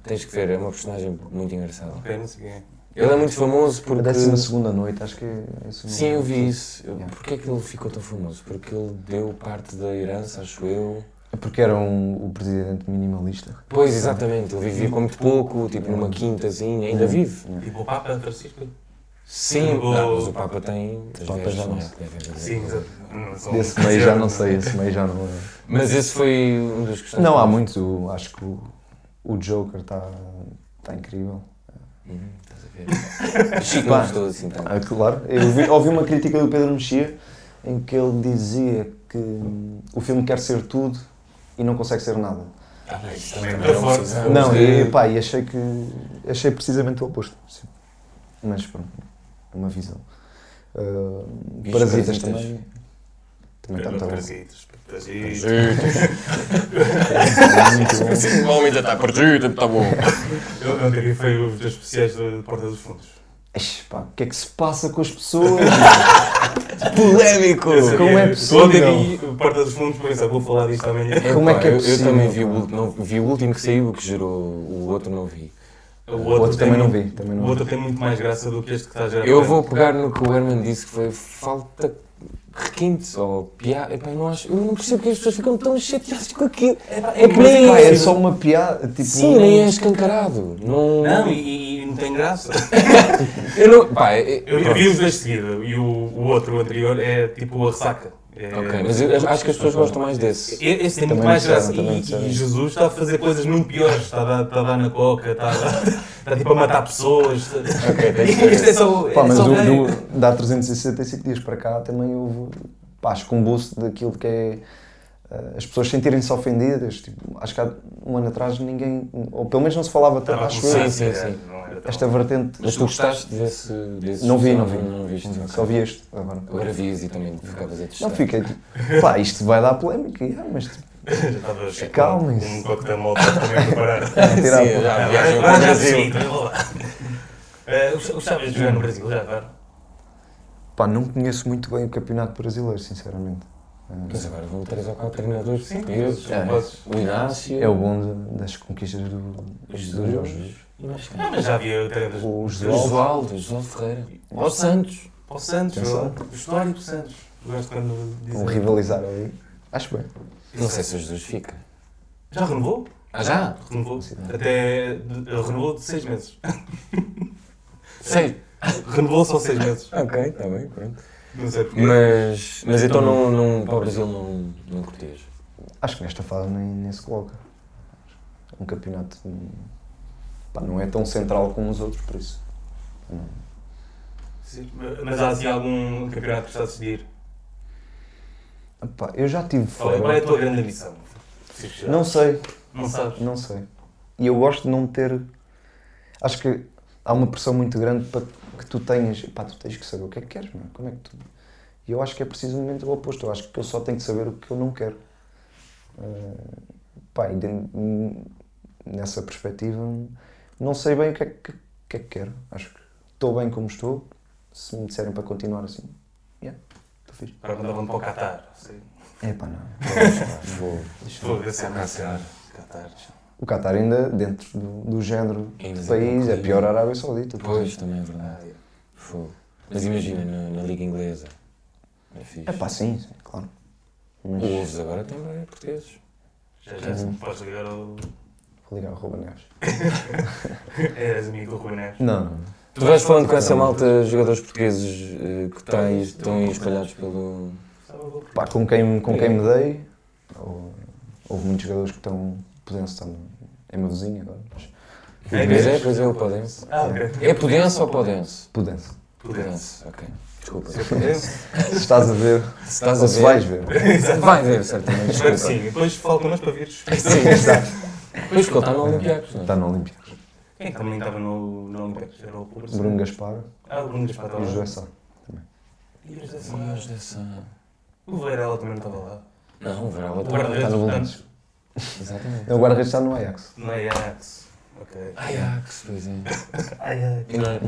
B: Tens que ver, é uma personagem muito engraçada.
A: Ok, não sei quem é.
B: Ele é muito famoso
C: A
B: porque.
C: décima segunda noite, acho que é isso.
B: Sim, eu vi isso. Eu- Porquê é que ele ficou tão famoso? Porque ele deu parte da herança, acho eu.
C: Porque era um, o presidente minimalista.
B: Pois, exatamente, ele vivia com muito pouco, tipo numa quintazinha, ainda vive.
A: Tipo o Papa Francisco?
B: Sim,
A: Tipo-
B: não, mas o Papa tem. as
C: Papa
B: vezes,
C: já não
B: é?
C: sei.
B: Deve haver.
A: Sim, exato. Não, são-
C: Desse meio já não sei, esse meio já não. é.
B: Mas esse foi um dos que
C: Não, há muito. Acho que o, o Joker está tá incrível.
B: Hum, estás a ver? Chico
C: Pá.
B: não gostou assim tanto.
C: Uhum. Ah, claro, eu vi- ouvi uma crítica do Pedro Mexia em que ele dizia que hum, o filme quer ser tudo e não consegue ser nada.
A: Ah, isso também é
B: Também
A: muito
B: não
A: forte.
B: precisamos
C: Não,
B: de-
C: e, pá, e achei que achei precisamente o oposto. Sim. Mas pronto, é uma visão. Ah,
B: E os Parasitas?
C: parasitas também.
A: é
C: Também está muito tá bom. é.
A: Parasitas, parasitas.
B: O homem ainda está perdido, está bom.
A: Eu não diria foi os dois especiais da Porta dos Fundos.
C: Ixi, pá, o que é que se passa com as pessoas?
B: Polémico!
A: Eu sabia-
C: como é possível?
A: Ontem vi o Porta dos Fundos, por exemplo, vou falar disto amanhã.
C: Como é que é
B: eu- Eu,
C: possível,
B: também vi o,
C: pá?
B: último- não, vi o último que saiu, o que gerou o outro, não vi.
A: O
C: O outro
A: tem
C: também não
A: muito-
C: vi. Também
A: O
C: não vi.
A: outro tem muito mais graça do que este que está a gerar.
B: Eu vou pegar no que o Herman disse, que foi falta requinte ou piada. Epá, eu não acho- Eu não percebo que as pessoas ficam tão chateadas com aquilo. É que
C: Mas,
B: nem
C: pá,
B: é.
C: é só uma piada. Tipo,
B: Sim, nem é escancarado. Não.
A: Não, e, e não tem graça.
B: Eu não. Pá, é-
A: Eu, eu vi os dois de seguida e o, o outro, o anterior, é tipo a ressaca. É-
B: Ok, mas eu acho que as pessoas gostam mais desse.
A: E- Esse tem
C: Também
A: muito mais
C: disseram,
A: graça.
C: também
A: E,
C: disseram.
A: e Jesus está a fazer coisas muito piores. Está a, dar- está a dar na coca, está, a dar- está tipo a matar pessoas. Isto é só.
C: Pá,
A: é
C: mas
A: só
C: do,
A: bem.
C: do, da 365 dias para cá também houve pá, acho que um bolso daquilo que é eh, as pessoas sentirem-se ofendidas. Tipo, acho que há um ano atrás ninguém, ou pelo menos não se falava
A: Estava
C: tanto,
A: a
C: acho
A: começar,
C: eu,
B: sim, sim,
A: é,
B: sim.
A: não era tão-
C: esta vertente.
B: Mas tu gostaste desse. desse
C: Não vi, não vi.
B: filme? Não viste. ok.
C: Só vi este agora.
B: Agora vias e também ficavas a testar.
C: Não fiquei tipo, pá, isto vai dar polémica, yeah, mas tipo,
A: Já estava cheio de
C: Calmem-se.
A: Um coquetel molotov também a preparar. Ah,
B: Sim,
C: tirar
A: é.
C: a-
B: é, já viajam para
A: Agora
B: o
A: já
B: Brasil.
A: sim, também vou lá. Eh, Gostavas de jogar no Brasil, já agora?
C: pá, não conheço muito bem o campeonato brasileiro, sinceramente. Eh,
B: Mas agora vão três ou quatro treinadores
A: Sim,
B: portugueses.
C: É.
A: podes.
B: O Inácio.
C: É o bom de- das conquistas do, do Jorge.
B: E mais quem?
A: Ah, mas já havia treinos.
C: O José
B: Osvaldo, João Ferreira. Ó Santos.
A: Para o Santos, Um
C: Atenção.
A: o histórico Santos. Eu gosto quando
C: vão
A: dizem.
C: rivalizar ali. Acho bem.
B: Não sei se o Jesus fica.
A: Já renovou?
B: Ah, já?
A: Renovou.
C: Sim.
A: Até. de- Renovou de seis meses.
B: Sei.
A: Renovou só seis meses.
B: Ok, está bem, pronto.
A: Não sei porquê.
B: Mas, mas então não, não, para o Brasil não, não curtias?
C: Acho que nesta fase nem, nem se coloca. Um campeonato hum, pá, não é tão central como os outros, por isso.
A: Sim, Mas há assim algum campeonato que está a decidir?
C: Pá, eu já tive
A: Qual é- qual é a
C: fora.
A: tua grande missão?
C: Não sei,
A: Não sabes?
C: não sei. E eu gosto de não ter. Acho que há uma pressão muito grande para que tu tenhas. Pá, tu tens que saber o que é que queres, mano. Como é que tu. E eu acho que é precisamente o oposto. Eu acho que eu só tenho que saber o que eu não quero. Ah, pá, e dentro- nessa perspectiva, não sei bem o que é que, o que, é que quero. Acho que estou bem como estou. Se me disserem para continuar assim, yeah, estou fixe.
A: Agora mandavam para o Qatar. Sim.
C: É pá, não. Vou, vou,
A: Estou a ver se é nacional. Qatar.
C: O Qatar ainda, dentro do, do género
B: Ainda
C: do país, é
B: incrível.
C: pior a Arábia Saudita.
B: Pois, também é
A: Ah,
B: verdade. Fogo. Mas imagina, na, na Liga Inglesa. É fixe.
C: É pá, sim, sim, claro.
B: O
C: Mas vou
B: Wolves agora tem é portugueses.
A: Já já se me podes ligar ao.
C: ligar ao Ruben Neves.
A: É, És amigo do Rui Neves.
C: Não, não.
B: Tu vais falando com essa malta, jogadores portugueses eh, que um. tens, estão aí espalhados pelo...
C: Pá, com quem, com quem me dei, ou- houve muitos jogadores que estão, podendo estar no- é meu vizinho agora, mas
A: É
B: Pois é,
A: mesmo?
B: pois é, o Podense.
A: Ah, ok.
B: É Podense ou Podense?
C: pudesse.
A: Poder.
B: ok. Desculpa.
A: Se eu
B: Se
A: pudesse.
C: Se estás a ver,
B: estás Tá a
C: ou se vais
B: ver,
C: ver.
B: vai ver, certamente.
A: Espero que
B: Desculpa.
A: sim. Depois falta nós para vires.
B: Sim, exato. Pois que ele está no Olympiacos, não é?
C: Está no Olympiacos.
A: Quem é que também estava no no Olympiacos? Era o Público.
C: Bruno Gaspar
A: Ah, o Bruno Gaspar
C: e o
A: estava
C: Joé
A: lá.
C: Sá.
A: E os dessa-
B: Mas dessa-
A: O Varela também não estava lá.
B: Não, o Varela
A: O
B: está...
A: guarda-redes,
C: Está no
A: portanto,
C: Landes.
B: Exatamente.
C: Ele agora está no Ajax.
A: No Ajax. Ok.
B: Ajax, pois é.
A: Ajax.
B: E não, é?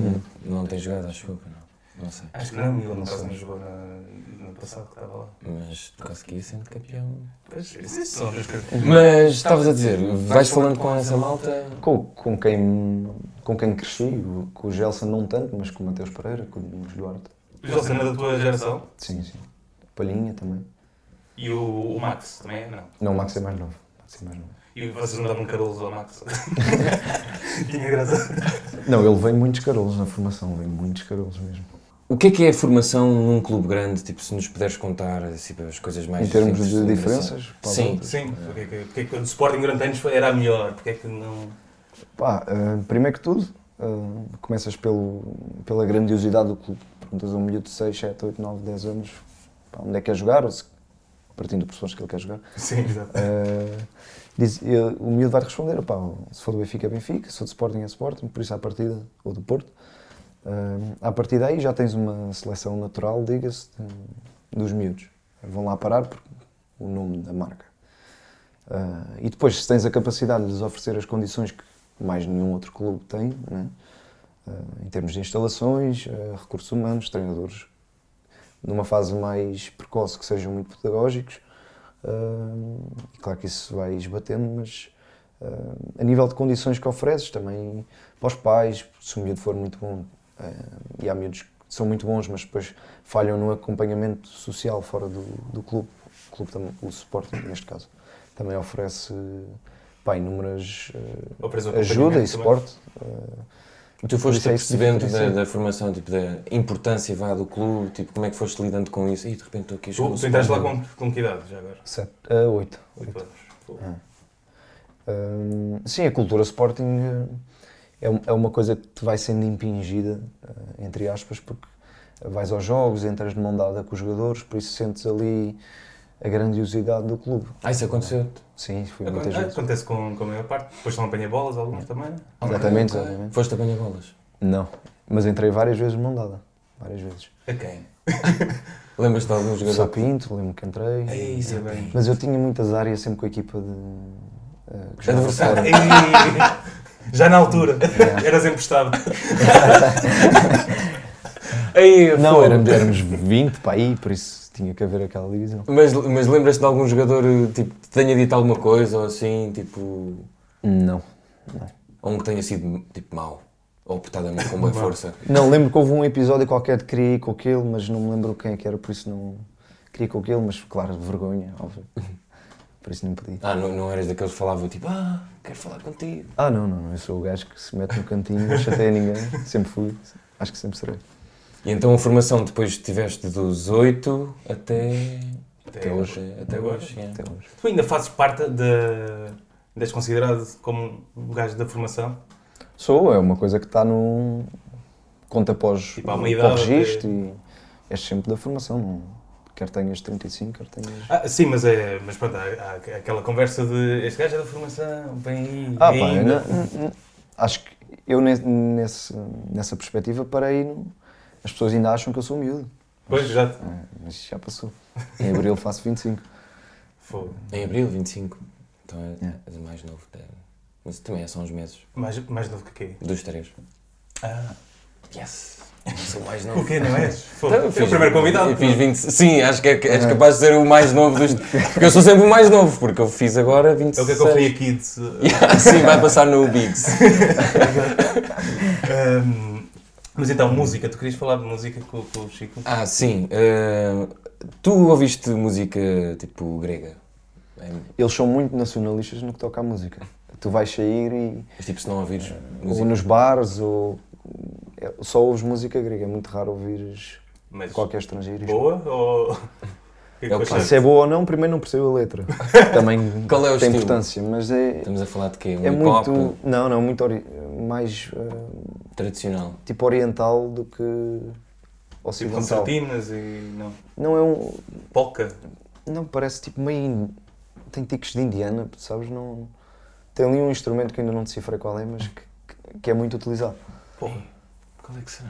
B: não tem jogado, acho eu que não. Não sei.
A: Acho que não, e o Lucas não jogou na, no passado que estava lá.
B: Mas consegui sendo campeão.
A: Pois, isso são as coisas.
B: Mas estavas a dizer, vais falando com essa malta.
C: Com, com, quem, com quem cresci, o- com o Gelson não tanto, mas com o Mateus Pereira, com o Domingos Duarte.
A: O Gelson é da tua geração
C: Sim, sim. Palhinha também.
A: e o, o Max também é? Não.
C: Não, o Max é mais novo. O Max é mais novo.
A: E vocês não davam carolos ao Max? Tinha graça.
C: Não, ele vem muitos carolos na formação, vem muitos carolos mesmo.
B: O que é que é a formação num clube grande? Tipo, se nos puderes contar assim, as coisas mais.
C: Em termos
B: simples
C: de
B: lembrança.
C: diferenças? para
B: Sim.
A: Sim, porque, é que- porque é que quando o Sporting durante anos foi- era a melhor, porque é que não.
C: Pá, eh, primeiro que tudo, eh, começas pelo, pela grandiosidade do clube. Perguntas a um miúdo de 6, 7, 8, 9, 10 anos pá, onde é que quer jogar, ou se, partindo de pessoas que ele quer jogar.
A: Sim, exato.
C: Eh, diz- ele- o miúdo vai responder, pá, se for do Benfica é Benfica, se for de Sporting é Sporting, por isso à partida, ou do Porto. Eh, à partir daí já tens uma seleção natural, diga-se, de- dos miúdos. Vão lá parar por o nome da marca. Eh, e depois, se tens a capacidade de lhes oferecer as condições que mais nenhum outro clube tem, né? Eh, em termos de instalações, eh, recursos humanos, treinadores, numa fase mais precoce que sejam muito pedagógicos, Hum, e claro que isso vai esbatendo, mas hum, a nível de condições que ofereces também para os pais, se o miúdo for muito bom, hum, e há miúdos que são muito bons, mas depois falham no acompanhamento social fora do, do clube, o clube também, o Sporting neste caso, também oferece pá, inúmeras hum,
A: Oferece o
C: ajuda
A: acompanhamento
C: e suporte. hum,
B: Tu foste
C: Por isso é que
B: percebendo
C: difícil.
B: da, da formação, tipo, da importância vá, do clube, tipo, como é que foste lidando com isso? E de repente estou aqui a
A: Tu, tu entraste lá com, com que idade já agora?
C: sete, ah, oito.
A: Oito anos. Pô.
C: Hum, sim, a cultura Sporting eh, é, um- é uma coisa que te vai sendo impingida, eh, entre aspas, porque vais aos jogos, entras de mão dada com os jogadores, por isso sentes ali a grandiosidade do clube.
B: Ah, isso aconteceu-te?
C: Sim, fui muitas
A: Aconte-
C: vezes.
A: Acontece com, com a maior parte. Depois estão apanha bolas, alguns também.
C: Exatamente,
B: Ok.
C: exatamente.
B: Foste a banhar bolas.
C: Não, mas entrei várias vezes de mão dada. Várias vezes.
A: A quem?
B: Lembras-te de algum
C: Só
B: jogador?
C: Pinto, lembro que entrei.
A: Ei, isso é bem.
C: Mas eu tinha muitas áreas sempre com a equipa de. eh, que jogava
B: Adversário.
C: fora.
A: Ei, Ah, já na altura. Eras emprestado.
B: Aí,
C: Não,
B: fogo.
C: éramos, éramos 20 para aí, por isso tinha que haver aquela divisão.
B: Mas, mas lembras-te de algum jogador tipo, que te tenha dito alguma coisa ou assim, tipo.
C: Não.
B: Ou um que tenha sido tipo mau? Ou portadamente com boa força?
C: Não, lembro que houve um episódio qualquer de queria ir com aquele, mas não me lembro quem é que era, por isso não. Queria ir com aquele, mas claro, vergonha, óbvio. Por isso não podia.
B: Ah, não, não eras daqueles que falavam tipo, ah, quero falar contigo.
C: Ah, não, não, não, eu sou o gajo que se mete no cantinho, não chateia ninguém, sempre fui, acho que sempre serei.
B: E então a formação depois tiveste dos 8 até.
A: Até
B: hoje. Até, até hoje, é.
C: Até hoje.
A: Tu ainda fazes parte de. És considerado como um gajo da formação?
C: Sou, é uma coisa que está no. conta pós
A: Tipo, há uma
C: pós
A: idade
C: registro e és sempre da formação, não. quer tenhas 35, quer tenhas.
A: Ah, sim, mas, é, mas pronto, há, há aquela conversa de este gajo é da formação, vem aí.
C: Ah,
A: vem
C: pá,
A: ainda.
C: eu não- não- acho que eu ne- nesse, nessa perspectiva parei no. As pessoas ainda acham que eu sou miúdo.
A: Pois, já.
C: É, mas isso já passou. Em abril faço 25.
A: Fogo.
B: Em abril, 25. Então é,
C: É.
B: és o mais novo. até. Mas também é só uns meses.
A: Mais, mais novo que quê?
B: Dos três.
A: Ah,
B: Yes! Sou o mais
A: o
B: novo.
A: quê, não és? Fogo.
B: Então, eu
A: é o primeiro convidado.
B: eu fiz 20, sim, acho que, é, que és capaz de ser o mais novo dos. Porque eu sou sempre o mais novo, porque eu fiz agora 26.
A: É o que é que eu fui aqui de.
B: Yeah, sim, vai passar no Biggs.
A: Ahm, mas então, música, tu querias falar de música com, com o Chico?
B: Ah, sim. eh, tu ouviste música tipo grega? É,
C: Eles são muito nacionalistas no que toca à música. Tu vais sair e.
B: mas, tipo, se não ouvires
C: ou
B: música.
C: nos bares, ou. é, Só ouves música grega. É muito raro ouvires
A: Mas
C: qualquer estrangeiro.
A: boa ou.
B: É o que
C: Ah, Se é boa ou não, primeiro não percebo a letra. Também
B: Qual é o
C: tem
B: estilo?
C: importância, mas é.
B: Estamos a falar de quê? Um
C: É
B: hip hop
C: muito. Não, não, muito ori- mais eh,
B: tradicional.
C: tipo oriental do que
A: Tipo
C: ocidental.
A: concertinas e. Não.
C: Não é um.
A: Polka.
B: É.
C: Não, parece tipo meio. in- Tem tiques de indiana, sabes? Não... Tem ali um instrumento que ainda não decifrei qual é, mas que, que- que é muito utilizado.
A: Porra.
B: Qual é que será?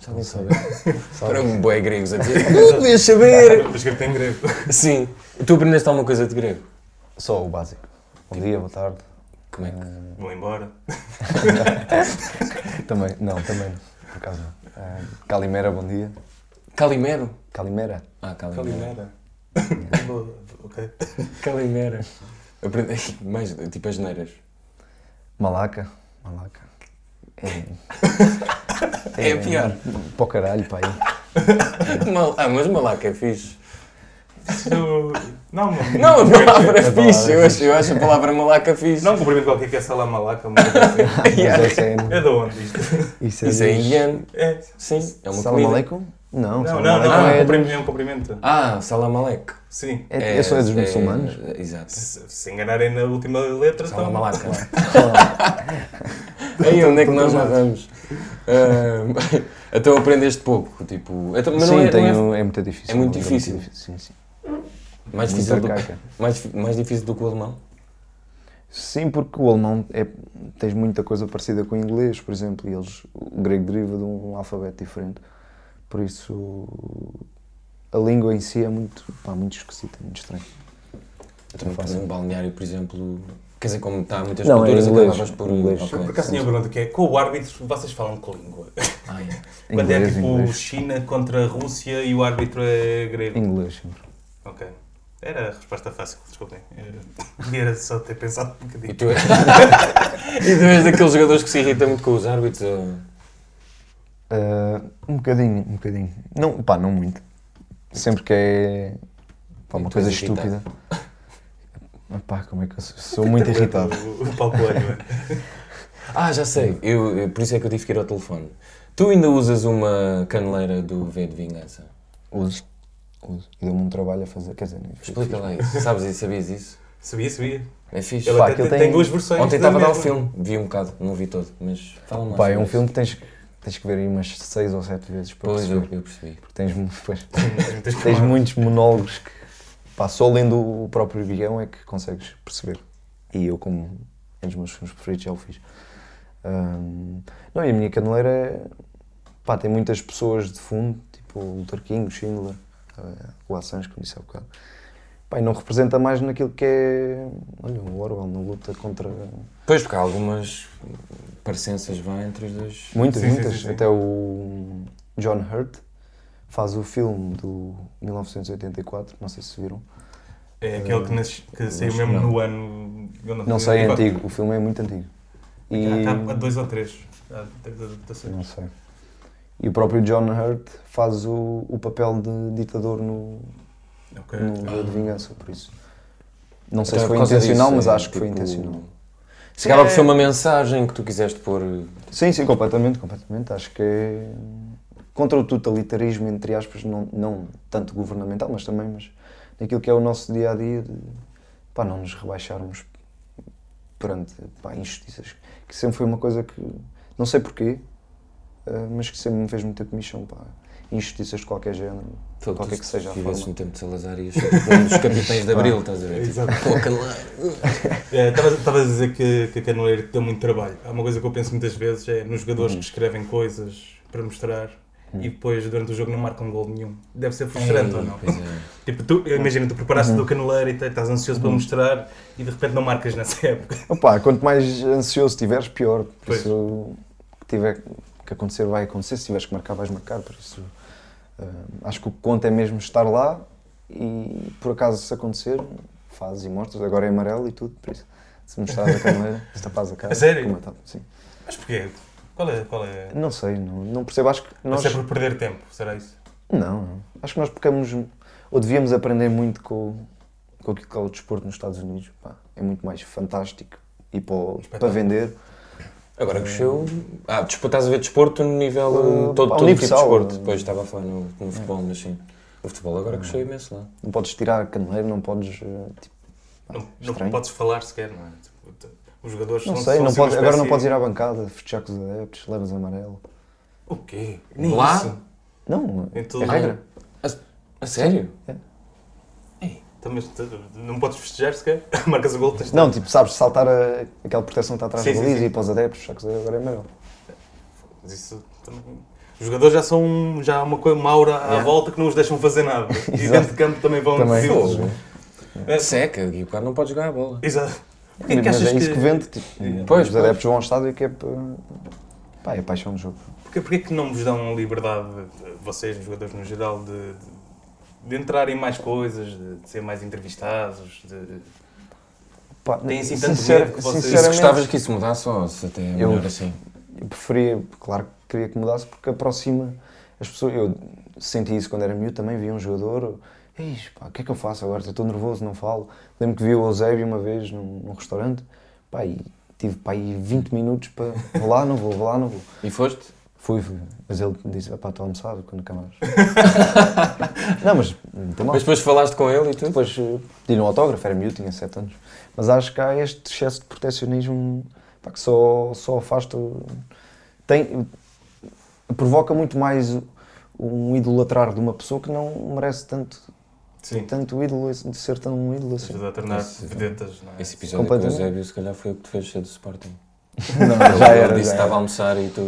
B: Se alguém souber. Para um boi gregos a dizer. É.
A: devias saber! Escrito em grego.
B: Sim. Tu aprendeste alguma coisa de grego?
C: Só o básico. Bom dia, boa tarde.
B: Como é que.
C: Eh,
A: Vou embora.
C: também, não, também, não, por acaso não. Eh, Calimera, bom dia.
B: Calimero?
C: Calimera.
B: Ah, Calimero.
A: Calimera. Boa,
C: É.
A: ok.
B: Calimero. Aprendi... Mais, tipo as neiras.
C: Malaca. Malaca. É,
B: É, pior.
C: Para o caralho, pá. aí.
B: Mal... Ah, mas malaca é fixe.
A: Eu- Não, não.
B: Não, a palavra é
C: A palavra
B: fixe.
C: é
B: Eu acho, eu acho a palavra malaca fixe.
A: Não cumprimento qualquer que é salamalaca, mas assim,
C: Mas esse é,
A: é de onde isto?
C: isso
B: Isso é
C: é, dos-
B: indiano.
A: É.
B: Sim, é uma
C: Salam
B: comida.
C: aleikum? Não,
A: Não, não,
C: salam
A: não,
C: aleikum
A: é
C: é,
A: um cumprimento. É um cumprimento.
B: Ah, salam alek.
A: Sim.
C: é, é, só é dos muçulmanos?
B: Exato.
A: Se, se enganarem na última letra,
B: Salam
A: então.
B: alaikum. Aí onde é que nós já vamos? Ah, então aprendeste pouco, tipo... Então, mas não
C: Sim,
B: é, não é-
C: tenho, é, muito difícil.
B: é muito
C: não,
B: difícil.
C: Sim, sim.
B: mais,
C: Muito
B: difícil do,
C: arcaica.
B: mais, fi- mais difícil do que o alemão?
C: Sim, porque o alemão é, tens muita coisa parecida com o inglês, por exemplo, e eles, o grego deriva de um, alfabeto diferente. Por isso, a língua em si é muito, pá, muito esquisita, muito estranha.
B: Eu também
C: Fácil.
B: faço um balneário, por exemplo... Quer dizer, como está há muitas
C: Não, é
B: culturas,
C: inglês,
B: acabavas por...
C: inglês.
B: ok.
A: Por acaso tinha uma pergunta que é, com o árbitro vocês falam que língua?
B: Ah, é.
A: Quando é
C: Inglês,
A: tipo
C: inglês.
A: China contra a Rússia e o árbitro é grego?
C: Inglês, sempre.
A: Ok. Era a resposta fácil, desculpem. Eh, Devia só ter pensado um
B: E
A: bocadinho.
B: tu és... e tu és daqueles jogadores que se irritam muito com os árbitros? ou-
C: Ah, um bocadinho, um bocadinho. Não, pá, não muito. Sempre que é pá, uma
B: Muito
C: coisa
B: irritado.
C: estúpida. Ah, Pá, como é que eu sou? Sou muito irritado.
A: O, o palco é, olho.
B: Ah, já
C: Hum.
B: sei. Eu, eu- por isso é que eu tive que ir ao telefone. Tu ainda usas uma caneleira do V de Vingança?
C: Uso. Uso. E deu-me um trabalho a fazer. Quer dizer, nem fiz.
B: Explica lá isso. Sabes isso? Sabias isso?
A: Sabia, sabia.
B: É fixe.
A: Ele
C: Pá,
A: até
C: que eu
A: tem, tem
C: tenho-
A: duas versões.
B: Ontem
A: da
B: estava a dar o
A: mesma.
B: filme. Vi um bocado, não vi todo, mas fala mais.
C: Pá, é
B: sobre
C: um
B: isso.
C: filme que tens, que- tens que ver aí umas 6 ou 7 vezes para
B: Pois, é.
C: perceber.
B: eu, eu percebi.
C: Porque tens, mu- pois,
A: Muitas
C: tens
A: palavras.
C: muitos monólogos que. Pá, só lendo o próprio guião é que consegues perceber. E eu, como é dos meus filmes preferidos, já o fiz. Ahm, não, e a minha caneleira. é- Pá, tem muitas pessoas de fundo, tipo o Luther King, o Schindler, ah, o Assange, como disse há bocado. Pá, e não representa mais naquilo que é. Olha, o Orwell na luta contra.
B: Pois, porque há algumas parecenças vá entre os dois.
C: Muitas,
A: Sim, sim,
C: muitas.
A: sim, sim.
C: Até o John Hurt faz o filme do 1984, não sei se viram.
A: É aquele que, nas, que saiu
C: Mas
A: mesmo
C: não.
A: no ano. eu
C: Não sei, é
A: Tipo,
C: antigo, o filme é muito antigo. E
A: Há há dois ou três. Há três tá adaptações.
C: não sei. E o próprio John Hurt faz o, o papel de ditador no,
A: Ok.
C: no Dia de Vingança, por isso. Não
B: Então
C: sei
B: é
C: se foi
B: por causa
C: intencional,
B: disso,
C: mas
B: é,
C: acho que foi
B: tipo,
C: intencional.
B: Se
A: É.
B: calhar foi uma mensagem que tu quiseste pôr. eh,
C: Sim, sim, completamente, completamente. Acho que é contra o totalitarismo, entre aspas, não, não tanto governamental, mas também mas naquilo que é o nosso dia a dia, de pá, não nos rebaixarmos perante pá, injustiças, que sempre foi uma coisa que, não sei porquê, eh, mas que sempre me fez muita comissão, pá, injustiças de qualquer género, qualquer que seja a
B: Se vivesses
C: forma.
B: no tempo de Salazar e um dos capitães de Abril, estás a ver? Tipo,
A: Exato.
B: com a caneleira.
A: É, Estavas estavas a dizer que, que a caneleira te deu muito trabalho. Há uma coisa que eu penso muitas vezes é nos jogadores
C: Hum.
A: que escrevem coisas para mostrar e depois durante o jogo não marcam gol nenhum. Deve ser frustrante ou não?
B: Pois é.
A: Tipo, tu, imagina, tu preparaste
C: Uhum.
A: do caneleiro e te- estás ansioso para mostrar e de repente não marcas nessa época.
C: Opá, quanto mais ansioso tiveres, pior. Por
A: Pois.
C: isso, o que tiver que acontecer, vai acontecer. Se tiveres que marcar, vais marcar. Por isso, hum, acho que o que conta é mesmo estar lá e, por acaso, se acontecer, fazes e mostras. Agora é amarelo e tudo, por isso. Se mostrares a câmera, se tapas a cara.
A: A sério?
C: como eu tapo, sim.
A: Mas porquê? Qual é? Qual é?
C: Não sei, não, não percebo. Acho que
A: Não
C: nós.
A: sei é por perder tempo, será isso?
C: Não, não. Acho que nós pecamos, ou devíamos aprender muito com, com aquilo que é o desporto nos Estados Unidos. Pá, é muito mais fantástico e para, o- para
A: Espetáculo.
C: vender.
B: Agora cresceu. Ah, despo- estás a ver desporto no nível. é.
C: Uh,
B: todo todo tipo
C: pá,
B: de
C: universal,
B: desporto.
C: uh,
B: Depois estava a falar no, no futebol, mas sim. O futebol agora cresceu imenso lá.
C: Não podes tirar a caneleira, não podes. eh, Tipo,
A: Não, não
C: Estranho.
A: podes falar sequer, não é? Tipo, tu- Os jogadores
C: não
A: são,
C: sei,
A: são
C: não
A: assim uma
C: podes, agora não
A: espécie-
C: podes ir à bancada, festejar com os adeptos, levas amarelo.
A: O quê? Nem
B: Lá?
A: isso.
C: Não,
A: Em todo
C: é
B: Ah,
C: regra.
B: A sério?
A: Então, mas tu- não podes festejar sequer? Marcas o gol, tens de
C: Não, tipo, sabes, saltar a- aquela proteção que está atrás
A: Sim,
C: da
A: sim,
C: baliza
A: sim.
C: e ir para os adeptos, festejar com os adeptos, agora é amarelo.
A: Mas isso também- Os jogadores já são já há uma coisa uma aura à volta que não os deixam fazer nada. E
C: Exato.
A: dentro de campo também vão
C: Também.
A: decidir.
B: Fogo.
A: É.
B: Seca, o Gui Pardo não pode jogar a bola.
A: "Oh, Exato. Porquê que é.
C: Mas
A: achas
C: é isso que, vende.
A: Yeah.
C: Tipo,
B: Pois,
C: os
B: pois.
C: adeptos vão ao estádio que é. pa- Pá, é paixão do jogo.
A: Porquê, porquê que não vos dão liberdade, eh, vocês, os jogadores no geral, de, de, de entrarem em mais coisas, de, de ser mais entrevistados? De...
C: Pá,
A: Tem assim tanto medo que vocês-
B: E se
A: Sinceramente-
B: gostavas que isso mudasse ou se até é
C: Eu-
B: melhor assim?
C: Eu preferia, claro que queria que mudasse porque aproxima as pessoas. Eu senti isso quando era miúdo, também via um jogador. Ei, pá, o que é que eu faço agora? Estou nervoso, não falo. Lembro que vi o Eusébio uma vez num, num restaurante, pá, e tive pá, aí 20 minutos para. Vou lá, não vou, vou lá, não vou.
B: E foste?
C: Fui, fui. Mas ele disse, pá, estou almoçado quando acabares. não, mas não tem mal.
B: Mas depois falaste com ele e tudo?
C: Depois eh, pedi um autógrafo, era miúdo, tinha 7 anos. Mas acho que há este excesso de protecionismo pá, que só, só afasta. o- Tem, provoca muito mais o- um idolatrar de uma pessoa que não merece tanto,
A: Sim.
C: tanto ídolo, esse- de ser tão um ídolo assim.
A: Ajuda a tornar
B: Esse-
A: vedetas, não é?
B: Esse episódio com o
C: Completamente.
B: Eusébio, se calhar foi o que te fez ser do Sporting.
C: Não,
B: Ele-
C: já era.
B: Ele disse que
C: Já
B: estava a
C: era.
B: almoçar e tu...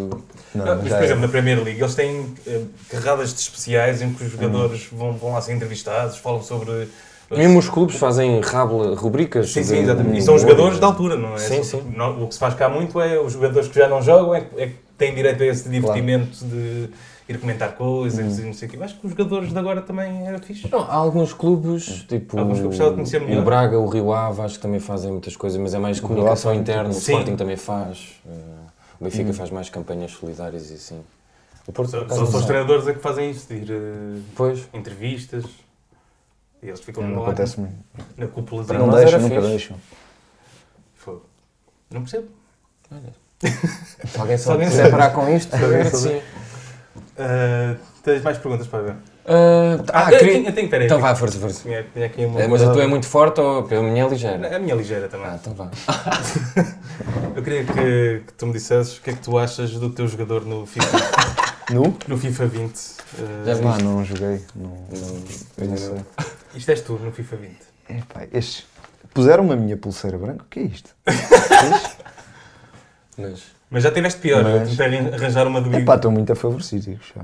C: Não,
A: Não, mas, por
B: é.
C: já era.
A: exemplo, na Premier League, eles têm eh, carradas de especiais em que
B: Hum.
A: os jogadores vão, vão lá ser entrevistados, falam sobre.
B: Mesmo os clubes fazem rábula, rubricas. um
A: Sim, sim,
B: sobre
A: exatamente.
B: o
A: E são os
B: humor.
A: jogadores da altura, não é?
B: Sim,
A: Só-
B: sim.
A: não- o que se faz cá muito é os jogadores que já não jogam é, que- é que têm direito a esse divertimento de ir comentar
B: Hum.
A: coisas e não sei o quê. Acho que os jogadores de agora também era fixe.
B: Não, há alguns clubes, tipo.
A: Alguns que eu gostava de conhecer melhor.
B: O Braga, o Rio Ave, acho que também fazem muitas coisas, mas é mais
C: Rio
B: comunicação
C: Ave,
B: interna. O
A: Sim.
B: Sporting também faz. eh, O
C: Uhum.
B: Benfica faz mais campanhas solidárias e assim. O Porto, por
A: Só,
B: acaso,
A: só são os
B: não sei.
A: treinadores é que fazem isso, de ir eh,
B: Pois.
A: entrevistas. E eles ficam
C: Não
A: lá
C: acontece muito.
A: na cúpula
B: É, Para
C: Não
B: nós
C: deixam,
B: era
C: nunca
B: fixe.
C: deixam.
A: Fogo. Não percebo.
B: Se alguém
A: Se
B: só
A: alguém
B: quiser
A: sabe.
B: parar com isto,
A: Se alguém
B: agradecia.
A: Eh, tens mais perguntas para ver?
B: Ah, ah,
A: eu,
B: queria-
A: tenho, eu tenho, peraí.
B: Então vá, força, força.
A: Tinha, tinha aqui uma.
B: É, mas a tua é muito forte ou a minha é ligeira?
A: A minha é ligeira também.
B: Ah, tá. então vá.
A: Eu queria que, que tu me dissesses o que é que tu achas do teu jogador no FIFA,
C: Nu?
A: no FIFA 20. Eh,
B: Já vi.
C: Pá, não joguei. Não, não,
B: É
C: eu não sei.
A: isto és tu no FIFA 20.
C: Epá, estes- Puseram-me a minha pulseira branca. O que é isto?
B: Mas
A: Mas já tiveste pior,
C: Mas-
A: eu tentei arranjar uma do
C: Epá, estou muito a favor, City, já.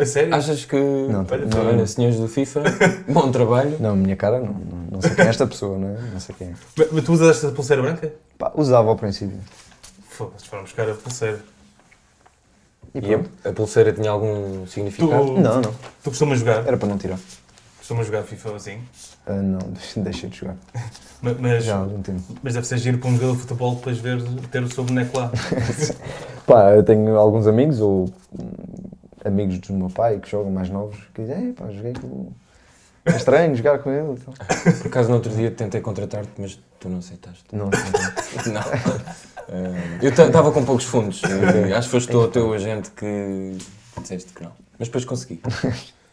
A: A sério?
B: achas que.
C: Não,
A: Olha,
C: não,
B: Olha, senhores do FIFA, bom trabalho.
C: Não, a minha cara não, não, não sei quem é esta pessoa, não é? Não sei quem é.
A: Mas mas tu usas esta pulseira branca?
C: Pá, usava ao princípio.
A: Foda-se, foram buscar a pulseira.
C: E
B: E
C: pronto. Ah,
B: a, a pulseira tinha algum
A: Tu,
B: significado?
C: Não, não.
A: tu costumas jogar?
C: Era para não tirar.
A: Costumas jogar FIFA assim?
C: Ah, não, deixa- deixei de jogar.
A: Ma- Mas,
C: Já há algum tempo.
A: mas deve ser giro para um jogador de futebol depois ver, ter o seu boneco lá.
C: Pá, eu tenho alguns amigos, ou hum, amigos do meu pai, que jogam mais novos, que dizem, "Ei, pá, joguei com... É estranho jogar com ele. e tal."
B: Por acaso, no outro dia tentei contratar-te, mas tu não aceitaste.
C: Não, não, não.
B: Não. Eh, eu estava com poucos fundos. Eh, Acho que foste tu ou o teu agente que disseste que não. Mas depois consegui.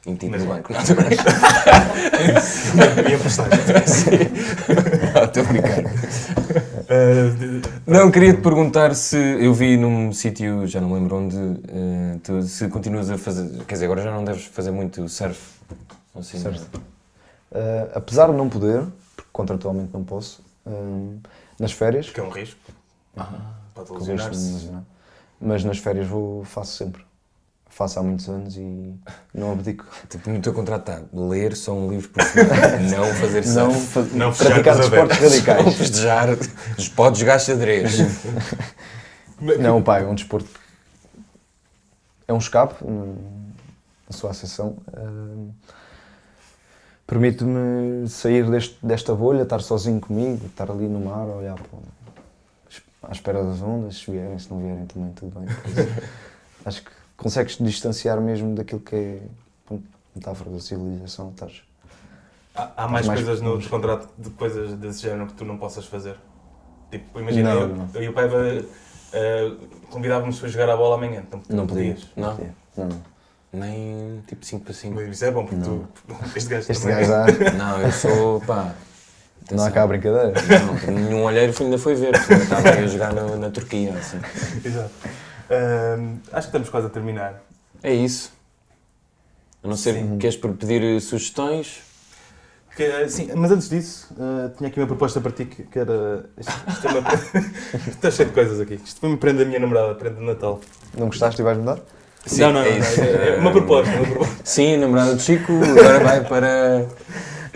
B: Meti
A: Mas-
B: no banco. Não, estou a brincar.
A: Minha postagem.
B: Não, estou a brincar.
A: Ah,
B: Não, queria-te perguntar se eu vi num sítio, já não me lembro onde, eh, tu- se continuas a fazer. Quer dizer, agora já não deves fazer muito surf. Ou assim,
C: Surf.
B: não é?
C: Ah, apesar de não poder, porque contratualmente não posso, hum, nas férias,
A: que é um risco. Pode
C: que eu Ah, gosto de
A: lesionar-se.
C: imaginar, mas nas férias vou, faço sempre. Faço há muitos anos e não abdico.
B: Tipo, no teu contrato está ler só um livro por semana, não fazer
C: não,
B: surf.
C: faz-
A: Não festejar com
C: praticar
A: os
C: desportos
B: Não
C: radicais.
B: festejar, podes jogar xadrez.
C: Não, pá, é um desporto. que- É um escape, hum, a sua associação. hum, Permite-me sair deste- desta bolha, estar sozinho comigo, estar ali no mar, olhar para, o- à espera das ondas, se vierem, se não vierem também tudo bem. Por isso, acho que consegues te distanciar mesmo daquilo que é pronto, metáfora da civilização. Estás
A: Há, há mais,
C: mais-
A: coisas no no contrato de coisas desse género que tu não possas fazer? Tipo, imagina,
C: Não,
A: eu,
C: não.
A: eu e o Paiva ah, convidávamos-os a jogar a bola amanhã. Então, tu
C: Não podias.
B: Não.
C: É, não, não.
B: Nem tipo 5 para 5.
A: Mas isso é bom, porque tu, este gajo
C: Este
A: também-
C: gajo há,
B: Não, eu sou pá.
C: não há cá brincadeira.
B: Não, nenhum olheiro ainda foi ver, porque eu estava aí a jogar no- na Turquia. Assim.
A: Exato. Ah, acho que estamos quase a terminar.
B: É isso. A não ser que queres por pedir eh, sugestões.
A: Que, ah, sim, mas antes disso, ah, tinha aqui uma proposta para ti que, que era. Isto, isto é uma... Estás cheio de coisas aqui. Isto foi uma prenda da minha namorada, prenda de Natal.
C: Não gostaste e vais mudar?
B: Sim,
A: não, não,
B: é
A: não,
B: isso.
A: é- é uma proposta, uma proposta.
B: Sim, a namorada do Chico agora vai para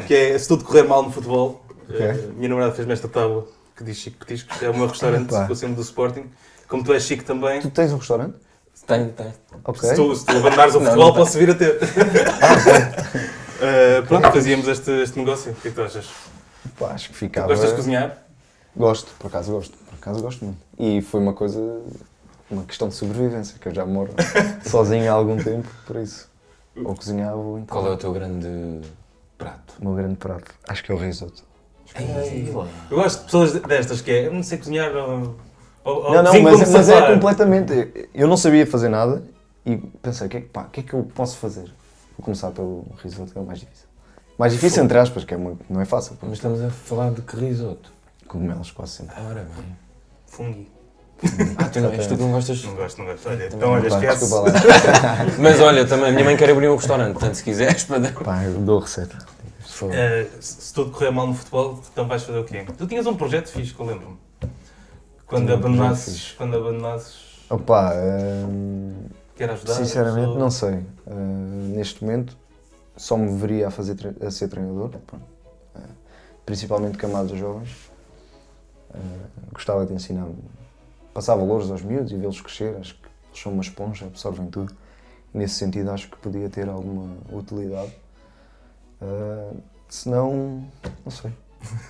A: que é se tudo correr mal no futebol.
C: Ok.
A: eh, minha namorada fez-me esta tábua que diz Chico Petisco, que é o meu restaurante,
C: Epá.
A: se fosse do Sporting. Como tu és chico também,
C: Tu tens um restaurante?
B: Tenho, tenho.
C: Ok. tá.
A: se tu, se tu abandonares o
B: Não,
A: futebol,
B: não tem.
A: posso vir a ter.
C: Ah,
A: Eh, pronto, fazíamos este, este negócio. O que é que tu achas?
C: Pá, acho que ficava.
A: Gostas de cozinhar?
C: Gosto, por acaso gosto. Por acaso gosto muito. E foi uma coisa. Uma questão de sobrevivência, que eu já moro sozinho há algum tempo, por isso. Ou cozinhava ou então.
B: Qual é o teu grande prato?
C: O meu grande prato. Acho que é o risoto.
A: Eu gosto de pessoas destas que é, eu não sei cozinhar ou. ou- ou
C: Não, não,
A: cozinho
C: mas,
A: como
C: mas é
A: safar.
C: completamente. Eu não sabia fazer nada e pensei, o que é que, pá, o que, é que eu posso fazer? Vou começar pelo risoto, que é o mais difícil. Mais difícil, entre aspas, que é muito, não é fácil.
B: Mas estamos a falar de que risoto?
C: Cogumelos quase sempre.
B: Ora bem.
A: Fungi.
B: Ah, tu não, és tu que não gostas?
A: Não gosto, não gosto. Olha, então olha,
C: Pá,
A: esquece.
C: desculpa lá.
B: Mas olha, também, a minha mãe quer abrir um restaurante, portanto, se quiseres, para dar.
C: Pá, eu dou a receita. Por favor.
A: Eh, se se tudo correr mal no futebol, então vais fazer o quê? Tu tinhas um projeto fixe, que eu lembro-me. Quando
C: Tinha um projeto
A: abandonasses,
C: fixe.
A: quando abandonasses,
C: Opa, hum,
A: quer ajudar?
C: sinceramente,
A: pessoa?
C: não sei. Ah, neste momento, só me veria a, fazer, tre- a ser treinador, pronto. Ah, principalmente camadas jovens. Ah, gostava de ensinar, passar valores aos miúdos e vê-los crescer. Acho que eles são uma esponja, absorvem tudo. Nesse sentido, acho que podia ter alguma utilidade. Ah, se não, não sei.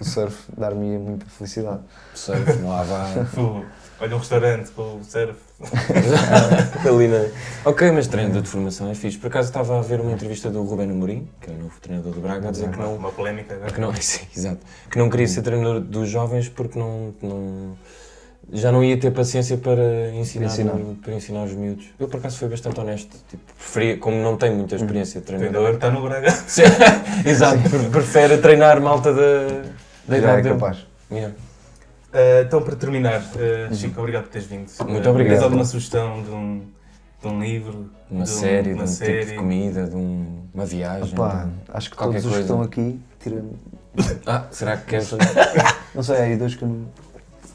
C: O surf dar-me muita felicidade.
B: Surf, não há vá.
A: Fogo. Olha o restaurante com o surf.
B: Ali na- Ok, mas treinador de formação é fixe. Por acaso estava a ver uma entrevista do Ruben Amorim, que é o novo treinador do Braga, a dizer que
A: Uma,
B: não.
A: uma polémica agora.
B: Que não, sim, exato. Que não queria ser treinador dos jovens porque não, não- já não ia ter paciência para ensinar,
C: Para ensinar.
B: para ensinar os miúdos. Eu por acaso fui bastante honesto, tipo, preferia, como não tenho
C: Uhum.
B: muita experiência de
A: Tu ainda agora
B: treinador,
A: está no Braga.
B: Sim, Exato, pre- prefere treinar malta da, da
C: Já
B: idade
C: é
B: dele.
C: capaz.
B: Yeah.
A: Eh, então, para terminar,
C: Uhum.
A: eh, Chico, obrigado por teres vindo.
B: Muito
A: Eh,
B: obrigado.
A: Tens alguma sugestão de um, de um livro?
B: Uma
A: de um-
B: série, de
A: uma
B: um
A: série?
B: tipo de comida, de um- uma viagem.
C: Pá,
B: de um-
C: acho que
B: Qualquer
C: todos os que
B: coisa.
C: estão aqui, tira
B: Ah, será que queres?
C: Não sei, há aí dois que eu não.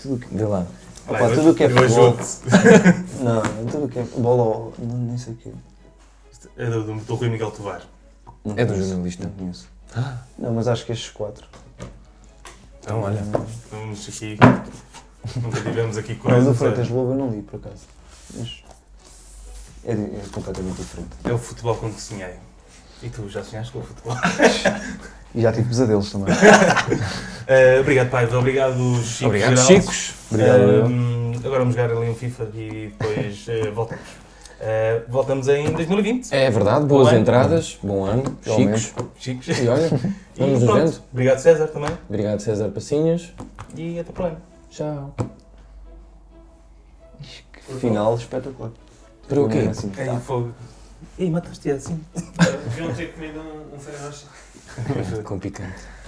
C: Tudo o que.
B: Dê lá.
A: Vai,
C: Opa,
A: eu-
C: tudo o que é
A: eu
C: futebol.
A: ajudo-te.
C: Não, tudo o que é. Bola ou. não- Nem sei o que.
A: É do, do, do Rui Miguel Tovar.
B: É do jornalista.
C: Não conheço. Não, mas acho que estes quatro.
B: Então, olha.
A: Vamos aqui. Nunca tivemos aqui eh,
C: Não,
A: coisa.
C: do Freitas Lobo eu não li, por acaso. Mas. É, é completamente diferente.
A: É o futebol com que sonhei. E tu já sonhaste com o futebol?
C: E já tive pesadelos também.
A: Eh, obrigado, Paiva. Obrigado, Chico.
B: Obrigado,
A: Geraldo.
B: Chicos.
C: Obrigado, eu.
A: Hum, agora vamos jogar ali um FIFA e depois eh, voltamos. Eh, voltamos em 2020.
B: É verdade, boas
A: Bom ano.
B: entradas, bom ano,
C: Igualmente.
B: Chicos.
A: Chicos.
B: E olha, vamos
A: e
B: nos
A: pronto.
B: vendo.
A: Obrigado, César, também.
B: Obrigado, César Passinhas.
A: E até para o ano.
B: Tchau.
C: Final espetacular.
B: Para o quê?
C: Assim,
A: Ei, fogo. Ei, mataste assim.
D: Deviam ter comido um, um feijão
B: Com picante.